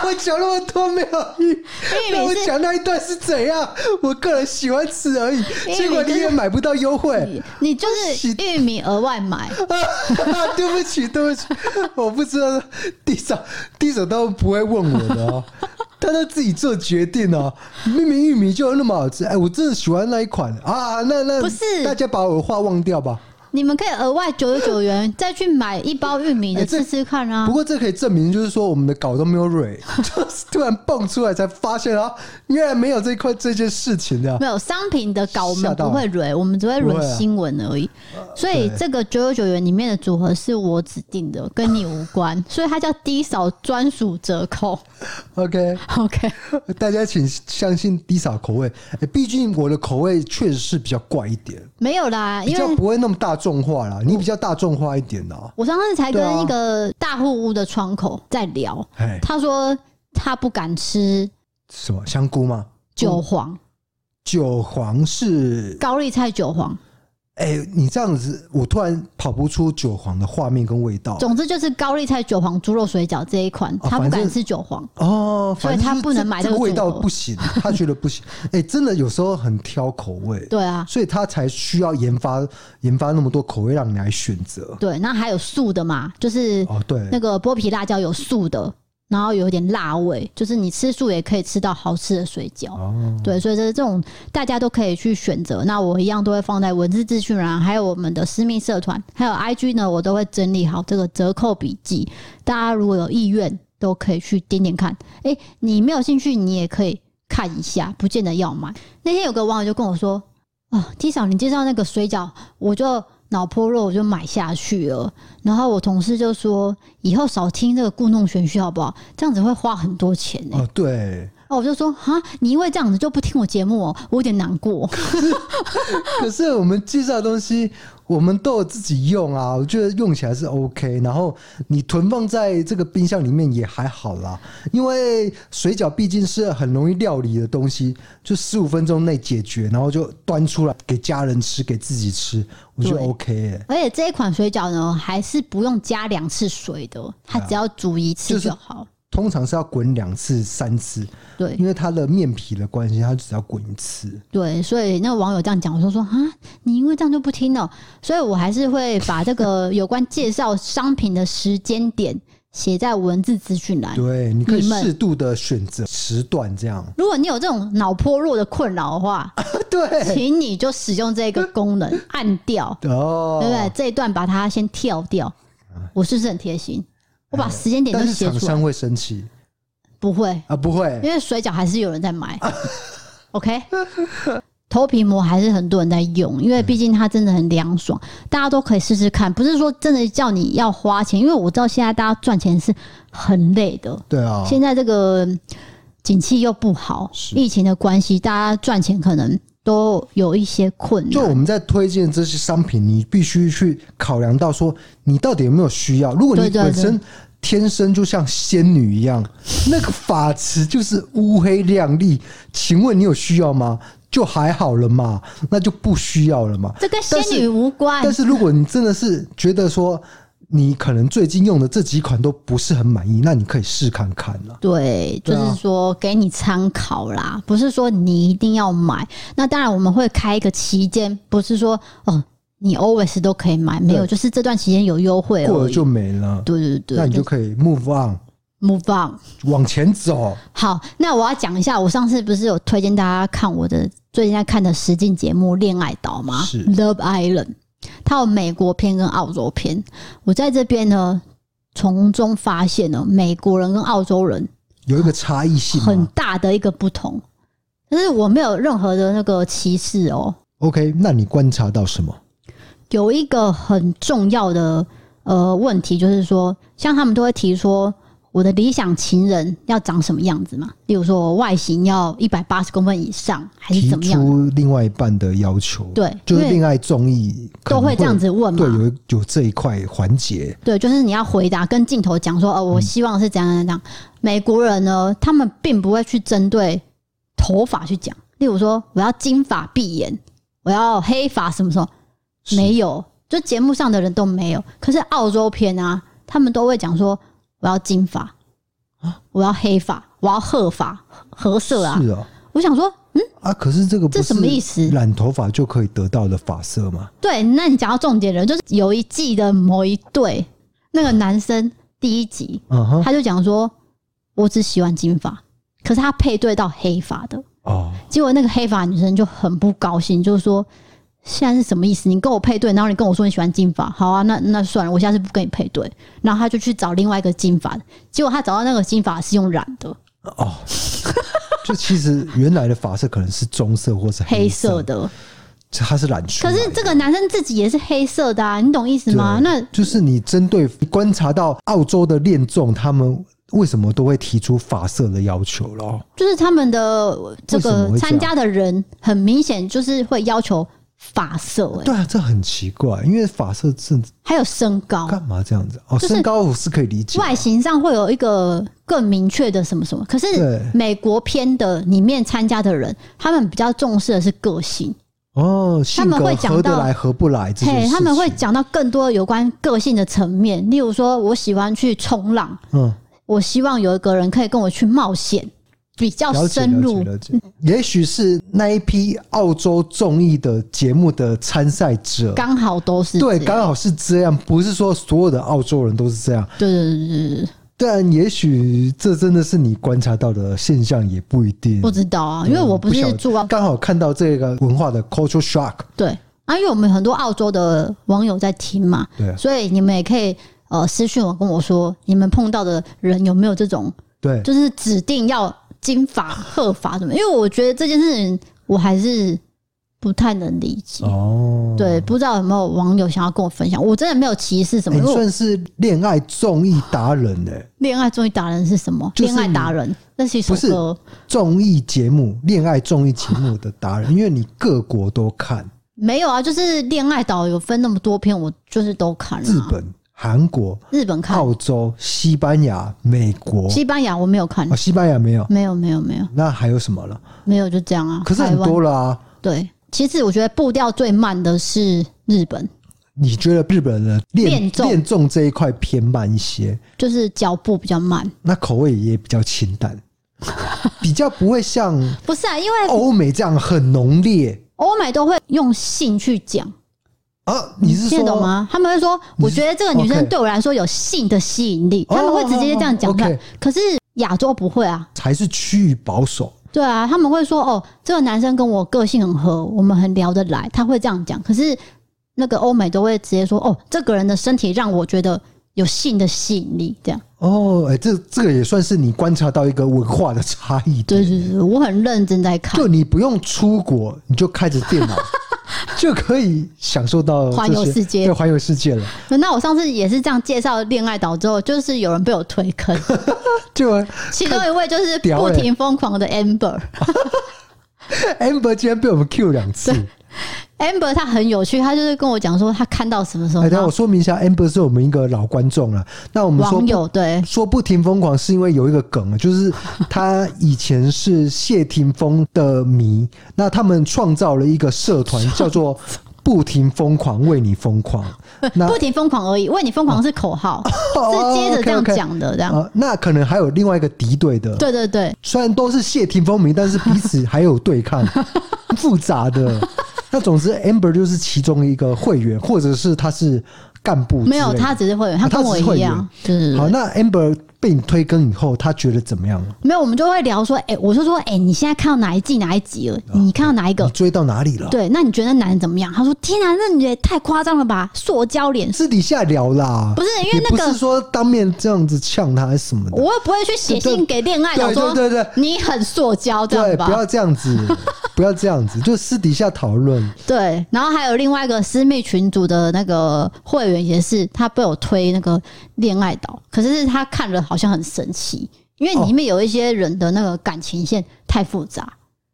S2: 我讲那么多没有意义，
S1: 玉
S2: 那
S1: 米
S2: 我
S1: 是
S2: 讲那一段是怎样？我个人喜欢吃而已，
S1: 米
S2: 结果你也买不到优惠。
S1: 你你就是玉米额外买，
S2: 对不起，对不起，我不知道地上地上都不会问我的哦， 他都自己做决定哦。明明玉米就那么好吃，哎，我真的喜欢那一款啊。那那
S1: 不是
S2: 大家把我的话忘掉吧。
S1: 你们可以额外九九九元再去买一包玉米
S2: 哎
S1: 的
S2: 这
S1: 吃吃看啊
S2: 不。过这可以证明，就是说我们的稿都没有蕊， 就是突然蹦出来才发现啊，原来没有这块这件事情的。
S1: 没有商品的稿，我们
S2: 吓到
S1: 不会蕊，我们只会
S2: 不会
S1: 蕊
S2: 啊呃
S1: 新闻而已。所以
S2: 对
S1: 这个九九九元里面的组合是我指定的，跟你无关，所以它叫低扫专属折扣。
S2: OK，
S1: OK，
S2: 大家请相信低嫂口味，哎毕竟我的口味确实是比较怪一点，
S1: 没有啦，
S2: 比
S1: 因
S2: 较
S1: 为
S2: 不会那么大众化啦。你比较大众化一点的、啊，
S1: 我上次才
S2: 对啊
S1: 跟一个大户屋的窗口在聊，
S2: 哎，
S1: 他说他不敢吃
S2: 什么香菇吗？
S1: 韭黄、
S2: 韭黄是，
S1: 高丽菜韭黄，
S2: 哎、你这样子，我突然跑不出韭黄的画面跟味道
S1: 总之就是高丽菜韭黄猪肉水饺这一款，
S2: 哦
S1: 他不
S2: 反
S1: 敢
S2: 正
S1: 吃韭黄。
S2: 哦，
S1: 所以
S2: 反正
S1: 他
S2: 就是
S1: 不能
S2: 这
S1: 买
S2: 这
S1: 这
S2: 个
S1: 个
S2: 味道
S1: 组合
S2: 不行，他觉得不 行。哎、真的有时候很挑口味，
S1: 对啊，
S2: 所以他才需要研发研发那么多口味让你来选择。
S1: 对，那还有素的嘛，就是
S2: 哦，对，
S1: 那个剥皮辣椒有素的，然后有点辣味，就是你吃素也可以吃到好吃的水饺。
S2: 哦，
S1: 对，所以这这种大家都可以去选择。那我一样都会放在文字资讯栏，还有我们的私密社团，还有 IG 呢，我都会整理好这个折扣笔记。大家如果有意愿，都可以去点点看。哎、你没有兴趣，你也可以看一下，不见得要买。那天有个网友就跟我说：“啊，T 嫂，你介绍那个水饺，我就脑破肉，我就买下去了。”然后我同事就说：“以后少听这个故弄玄虚好不好？这样子会花很多钱呢、
S2: 哦，对。
S1: 哦，我就说啊，你因为这样子就不听我节目哦，我有点难过。
S2: 可是我们介绍的东西，我们都有自己用啊，我觉得用起来是 OK。然后你囤放在这个冰箱里面也还好啦，因为水饺毕竟是很容易料理的东西，就十五分钟内解决，然后就端出来给家人吃，给自己吃，我觉得
S1: 对
S2: OK 欸
S1: 而且这一款水饺呢，还是不用加两次水的，哦它只要煮一次就好。
S2: 通常是要滚两次、三次，
S1: 对
S2: 因为它的面皮的关系，它只要滚一次。
S1: 对，所以那个网友这样讲，我就说啊，你因为这样就不听了，所以我还是会把这个 有关介绍商品的时间点写在文字资讯栏。
S2: 对，你可以
S1: 你们哦
S2: 适度的选择时段，这样
S1: 如果你有这种脑破弱的困扰的 话，
S2: 对
S1: 请你就使用这个功 能，按掉，
S2: 哦，啊
S1: 对不对？这一段把它先跳掉，我是不是很贴心？我把时间点
S2: 哎但
S1: 都
S2: 是
S1: 写
S2: 厂
S1: 出来，
S2: 商会生气
S1: 不会，
S2: 啊，不会，
S1: 因为水饺还是有人在买。OK，头皮膜还是很多人在用，因为毕竟它真的很凉爽，大家都可以试试看。不是说真的叫你要
S2: 哦
S1: 花钱，因为我知道现在大家赚钱是很累的。
S2: 对啊，
S1: 现在这个景气又不好，
S2: 是
S1: 疫情的关系，大家赚钱可能都有一些困
S2: 就我
S1: 难。
S2: 们在推荐这些商品，你必须去考量到说你到底有没有需要。如果你
S1: 对对
S2: 本身天生就像仙女一样， 那个发质就是乌黑亮丽，请问你有需要吗？就还好了嘛，那就不需要了嘛。
S1: 这跟仙
S2: 但是
S1: 女无关
S2: 但，是如果你真的是觉得说你可能最近用的这几款都不是很满意，那你可以试看看啦。
S1: 对，就
S2: 对啊
S1: 是说给你参考啦，不是说你一定要买。那当然我们会开一个期间，不是说哦你 always 都可以买，没有，
S2: 对
S1: 就是这段期间有优惠
S2: 过
S1: 而
S2: 了
S1: 已。
S2: 就没了，
S1: 对对对，
S2: 那你就可以 move on
S1: move on。
S2: 往前走。
S1: 好，那我要讲一下，我上次不是有推荐大家看我的最近在看的实境节目《恋爱岛》吗？
S2: 是
S1: Love Island》，它有美国篇跟澳洲篇。我在这边呢，从中发现了美国人跟澳洲人
S2: 有一个差异性嘛
S1: 很大的一个不同，但是我没有任何的那个歧视哦。
S2: OK，那你观察到什么？
S1: 有一个很重要的呃问题，就是说，像他们都会提说，我的理想情人要长什么样子嘛？例如说我外形要一百八十公分以上，还是
S2: 提
S1: 哎怎么样？
S2: 出另外一半的要求，，
S1: 对，
S2: 就是
S1: 因为
S2: 恋爱综艺可
S1: 都
S2: 能
S1: 会这样，子问
S2: 对，
S1: 嘛。
S2: 有有这一块环节，
S1: 对，就是你要回答跟镜头讲说，
S2: 嗯
S1: 哦，我希望是怎样怎样。美国人呢，他们并不会去针对头发去讲，例如说我要金发碧眼，我要黑发什么什么，
S2: 是
S1: 没有，就节目上的人都没有。可是澳洲片啊，他们都会讲说我要金发，我要黑发，我要褐发、褐色啊。
S2: 啊是哦，
S1: 我想说，嗯，
S2: 啊，可是这个不
S1: 这什么意思
S2: 是染头发就可以得到的发色吗？
S1: 对，那你讲到重点了，就是有一季的某一对那个男生第一集，
S2: 嗯哼，
S1: 他就讲说，我只喜欢金发，可是他配对到黑发的，
S2: 哦，
S1: 结果那个黑发女生就很不高兴，就是说现在是什么意思？你跟我配对，然后你跟我说你喜欢金发，好啊，那那算了，我下次不跟你配对。然后他就去找另外一个金发的，结果他找到那个金发是用染的
S2: 哦， 就其实原来的发色可能是棕色或是
S1: 黑
S2: 色
S1: 色，的，
S2: 它嗯是染出
S1: 可
S2: 来的。
S1: 是这个男生自己也是黑色的啊，你懂意思吗？
S2: 对
S1: 那
S2: 就是你针对你观察到澳洲的恋众，他们为什么都会提出发色的要求咯？
S1: 就是他们的这
S2: 为什么
S1: 个
S2: 会这样
S1: 参加的人很明显就是会要求发色、欸，
S2: 对啊，这很奇怪，因为发色是
S1: 还有身高。
S2: 干嘛这样子？哦，
S1: 就是
S2: 身高我是可以理解，
S1: 外形上会有一个更明确的什么什么，可是
S2: 对
S1: 美国片的里面参加的人，他们比较重视的是个性，
S2: 哦，性
S1: 们会
S2: 格
S1: 讲
S2: 合得
S1: 到
S2: 来合不来这些
S1: 嘿
S2: 事，
S1: 他们会
S2: 情
S1: 讲到更多有关个性的层面，例如说我喜欢去冲浪，
S2: 嗯，
S1: 我希望有一个人可以跟我去冒险，比较
S2: 了解
S1: 深入
S2: 了解。了解。也许是那一批澳洲综艺的节目的参赛者，
S1: 刚好都是
S2: 对，
S1: 这样
S2: 刚好是这样，不是说所有的澳洲人都是这样。
S1: 对对对对对对，
S2: 但也许这真的是你观察到的现象，也不一定。嗯
S1: 不知道啊，因为我不
S2: 晓
S1: 是
S2: 得
S1: 住澳
S2: 刚好看到这个文化的 cultural shock，
S1: 对啊，因为我们很多澳洲的网友在听嘛，
S2: 对啊
S1: 所以你们也可以呃私讯我跟我说，你们碰到的人有没有这种
S2: 对，
S1: 就是指定要金发、褐发什么？因为我觉得这件事情我还是不太能理解。
S2: 哦，
S1: 对，不知道有没有网友想要跟我分享？我真的没有歧视什么，
S2: 欸
S1: 因
S2: 你
S1: 为我
S2: 算是恋爱综艺达人呢、欸
S1: 恋爱综艺达人是什么？
S2: 就是
S1: 恋爱达人，那是一首
S2: 不是
S1: 歌。
S2: 综艺节目、恋爱综艺节目的达人，因为你各国都看，
S1: 没有啊，就是恋爱岛有分那么多篇，我就是都看了、啊
S2: 日本、韩国、
S1: 日本看，
S2: 澳洲、西班牙、美国，
S1: 西班牙我没有看
S2: 哦，，西班牙没有，
S1: 没有没有没有
S2: 那还有什么了？
S1: 没有，就这样啊。
S2: 可是
S1: 台
S2: 很
S1: 湾
S2: 多了啊。
S1: 对，其实我觉得步调最慢的是日本，
S2: 你觉得日本人的恋
S1: 恋综
S2: 恋综这一块偏慢一些，
S1: 就是脚步比较慢。
S2: 那口味也比较清淡，比较不会像
S1: 不是啊，因为
S2: 欧美这样很浓烈
S1: 欧美都会用性去讲，
S2: 啊？你是
S1: 听
S2: 说
S1: 得懂吗？他们会说，我觉得这个女生
S2: OK
S1: 对我来说有性的吸引力，
S2: 哦
S1: 他们会直接这样讲出来
S2: 哦，OK。
S1: 可是亚洲不会啊，
S2: 还是趋于保守？
S1: 对啊，他们会说，哦，这个男生跟我个性很合，我们很聊得来，他会这样讲。可是那个欧美都会直接说，哦，这个人的身体让我觉得有性的吸引力，这样。
S2: 哦，哎、这这个也算是你观察到一个文化的差异。
S1: 对，对对，我很认真在看
S2: 就。你不用出国，你就开着电脑就可以享受到
S1: 环游
S2: 这些
S1: 世界
S2: 对，环游世界了。
S1: 那我上次也是这样介绍恋爱岛之后，就是有人被我推 坑，
S2: 就哎
S1: 其中一位就是
S2: 屌
S1: 不
S2: 欸
S1: 停疯狂的 Amber。
S2: Amber 竟然被我们 Q 两次。
S1: Amber 她很有趣，她就是跟我讲说她看到什么时候，
S2: 哎，等一下
S1: 然
S2: 我
S1: 后
S2: 说明一下，Amber 是我们一个老观众了。那我们说
S1: 网
S2: 不
S1: 友对
S2: 说不停疯狂是因为有一个梗啊，就是他以前是谢霆锋的迷，那他们创造了一个 社团叫做“不停疯狂为你疯狂”，那
S1: 不停疯狂而已，为你疯狂是口号，
S2: 哦
S1: 是接着这样
S2: OK，OK
S1: 讲的，这样
S2: 呃，那可能还有另外一个敌对的，
S1: 对对对，
S2: 虽然都是谢霆锋迷，但是彼此还有 对抗，复杂的。那总之，Amber 就是其中一个会员，或者是他是干部之类的，
S1: 没有她只是会员，她
S2: 啊她
S1: 跟我
S2: 只是会
S1: 一样
S2: 员，
S1: 对对对
S2: 好，那 Amber 被你推更以后，他觉得怎么样？
S1: 没有，我们就会聊说，哎、我就说，哎、你现在看到哪一季哪一集了？你看到哪一个
S2: 哦你？追到哪里了？
S1: 对，那你觉得那男人怎么样？他说：“天啊，那你也太夸张了吧！塑胶脸，
S2: 私底下聊啦，
S1: 不是因为
S2: 也
S1: 那
S2: 不
S1: 个
S2: 是说当面这样子呛他还是什么的，
S1: 我又不会去写信给恋爱脑
S2: 对
S1: 说，
S2: 对对对
S1: 你很塑胶这
S2: 对，
S1: 样
S2: 不
S1: 吧
S2: 要？这样子， 不要这样子，就私底下讨论。
S1: 对。然后还有另外一个私密群组的那个会员也是，他被我推那个恋爱岛，可是他看了好像很神奇，因为里面有一些人的那个感情线太复杂，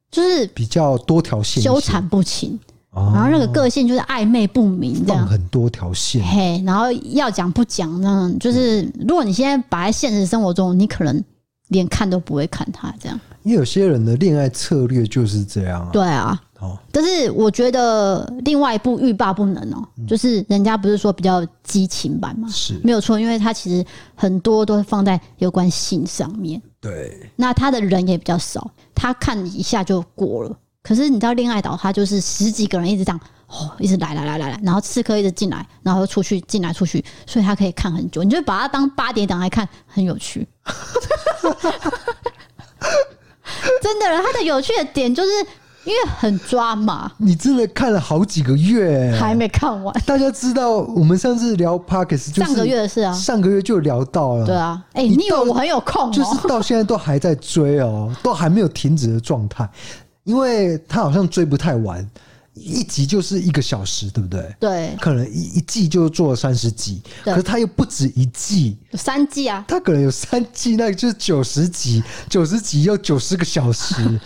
S1: 就是
S2: 比较多条线一些，
S1: 纠缠不清，
S2: 哦，
S1: 然后那个个性就是暧昧不明这样
S2: 放。”很多条线，
S1: 嘿，然后要讲不讲呢？就是如果你现在摆在现实生活中，你可能连看都不会看他这样。
S2: 因为有些人的恋爱策略就是这样啊。
S1: 对啊，
S2: 哦，
S1: 但是我觉得另外一部欲罢不能哦、就是人家不是说比较激情版吗？
S2: 是
S1: 没有错，因为它其实很多都放在有关性上面，
S2: 对，
S1: 那他的人也比较少，他看一下就过了。可是你知道恋爱岛，他就是十几个人一直这样。哦，一直来来来来来，然后刺客一直进来，然后又出去进来出去，所以他可以看很久。你就把它当八点档来看，很有趣。真的，它的有趣的点就是因为很抓马，
S2: 你真的看了好几个月。
S1: 还没看完。
S2: 大家知道，我们上次聊 Parkes 就是
S1: 上个月的事啊，
S2: 上个月就聊到了，
S1: 对啊，哎、
S2: 你
S1: 你以为
S2: 到
S1: 我很有空哦、
S2: 就是到现在都还在追哦，都还没有停止的状态，因为他好像追不太完，一集就是一个小时，对不对？
S1: 对，
S2: 可能一一季就做了三十集，
S1: 对
S2: 可是他又不止一季，
S1: 有三季啊，
S2: 他可能有三季，那就是九十集，九十集要九十个 小时，
S1: 啊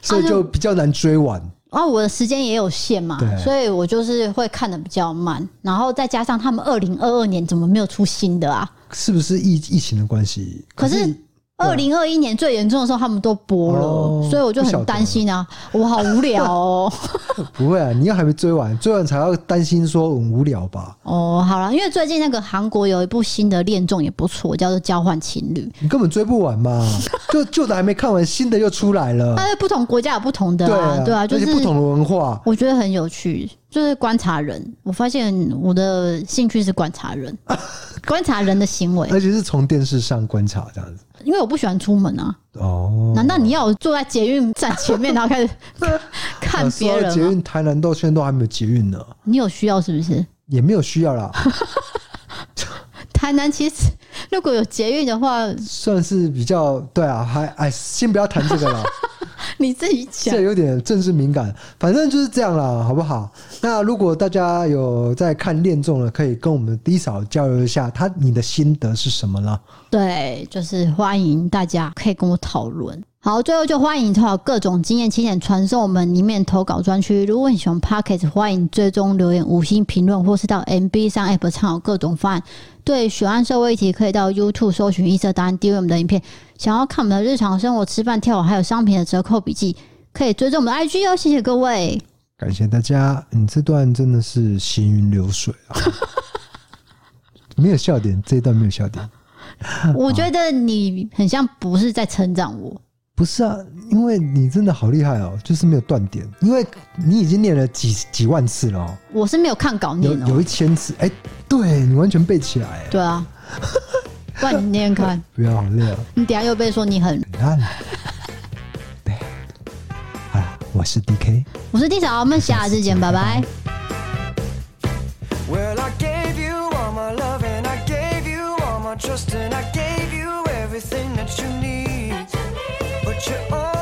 S2: 所以就比较难追完。
S1: 然后我的时间也有限嘛
S2: 对，
S1: 所以我就是会看的比较慢，然后再加上他们二零二二年怎么没有出新的啊？
S2: 是不是疫疫情的关系？
S1: 可是二零二一年最严重的时候他们都播了，
S2: 啊哦
S1: 所以我就
S2: 不晓
S1: 很
S2: 得
S1: 担心啊，我好无聊哦。
S2: 不会啊，你又还没追完，追完才要担心说很无聊吧？
S1: 哦，好了，因为最近那个韩国有一部新的恋综也不错，叫做《交换情侣》，
S2: 你根本追不 完嘛，就旧的还没看完，新的又出来了。
S1: 但是不同国家有不同的
S2: 对
S1: 啊，对啊，就
S2: 而
S1: 是
S2: 且不同的文化，
S1: 我觉得很有趣，就是观察人。我发现我的兴趣是观察人， 观察人的行为，
S2: 而且是从电视上观察这样子。
S1: 因为我不喜欢出门啊。
S2: 哦，
S1: 难道你要我坐在捷运站前面，然后开 始看别
S2: 说到
S1: 人
S2: 捷
S1: 吗？
S2: 运台南到现在都还没有捷运呢，
S1: 你有需要是不是？
S2: 也没有需要啦，
S1: 台南其实如果有捷运的话，
S2: 算是比较对啊，还哎，先不要谈这个啦，
S1: 你自己讲
S2: 这。有点政治敏感，反正就是这样啦，好不好？那如果大家有在看恋综了，可以跟我们低嫂交流一下，他你的心得是什么呢？
S1: 对，就是欢迎大家可以跟我讨论。好，最后就欢迎投稿各种经验、情感传送我们里面投稿专区。如果你喜欢 Pocket，欢迎追踪留言、五星评论，或是到 MB 上 App 参考各种方案。对，喜欢社会议题，可以到 YouTube 搜寻“一色答案”，订阅我们的影片。想要看我们的日常生活、吃饭、跳舞，还有商品的折扣笔记，可以追踪我们的 IG 哦。谢谢各位，
S2: 感谢大家，你这段真的是行云流水啊， 没有笑点，这一段没有笑点。
S1: 我觉得你很像不是在成长我，
S2: 不是啊，因为你真的好厉害哦，就是没有断点，因为你已经念了几几万次了、哦，
S1: 我是没有看稿念
S2: 有
S1: 哦。
S2: 有一千次，哎、对你完全背起来，
S1: 对 啊，不然你念念看。
S2: 不要好累哦，
S1: 你等一下又被说你很，
S2: 很烂。对，好了，我是 DK。
S1: 我是地嫂，我们下次见，拜拜。
S3: Well, I gave you all my love and I gave you all my trust and I gave you everything that you need. But you only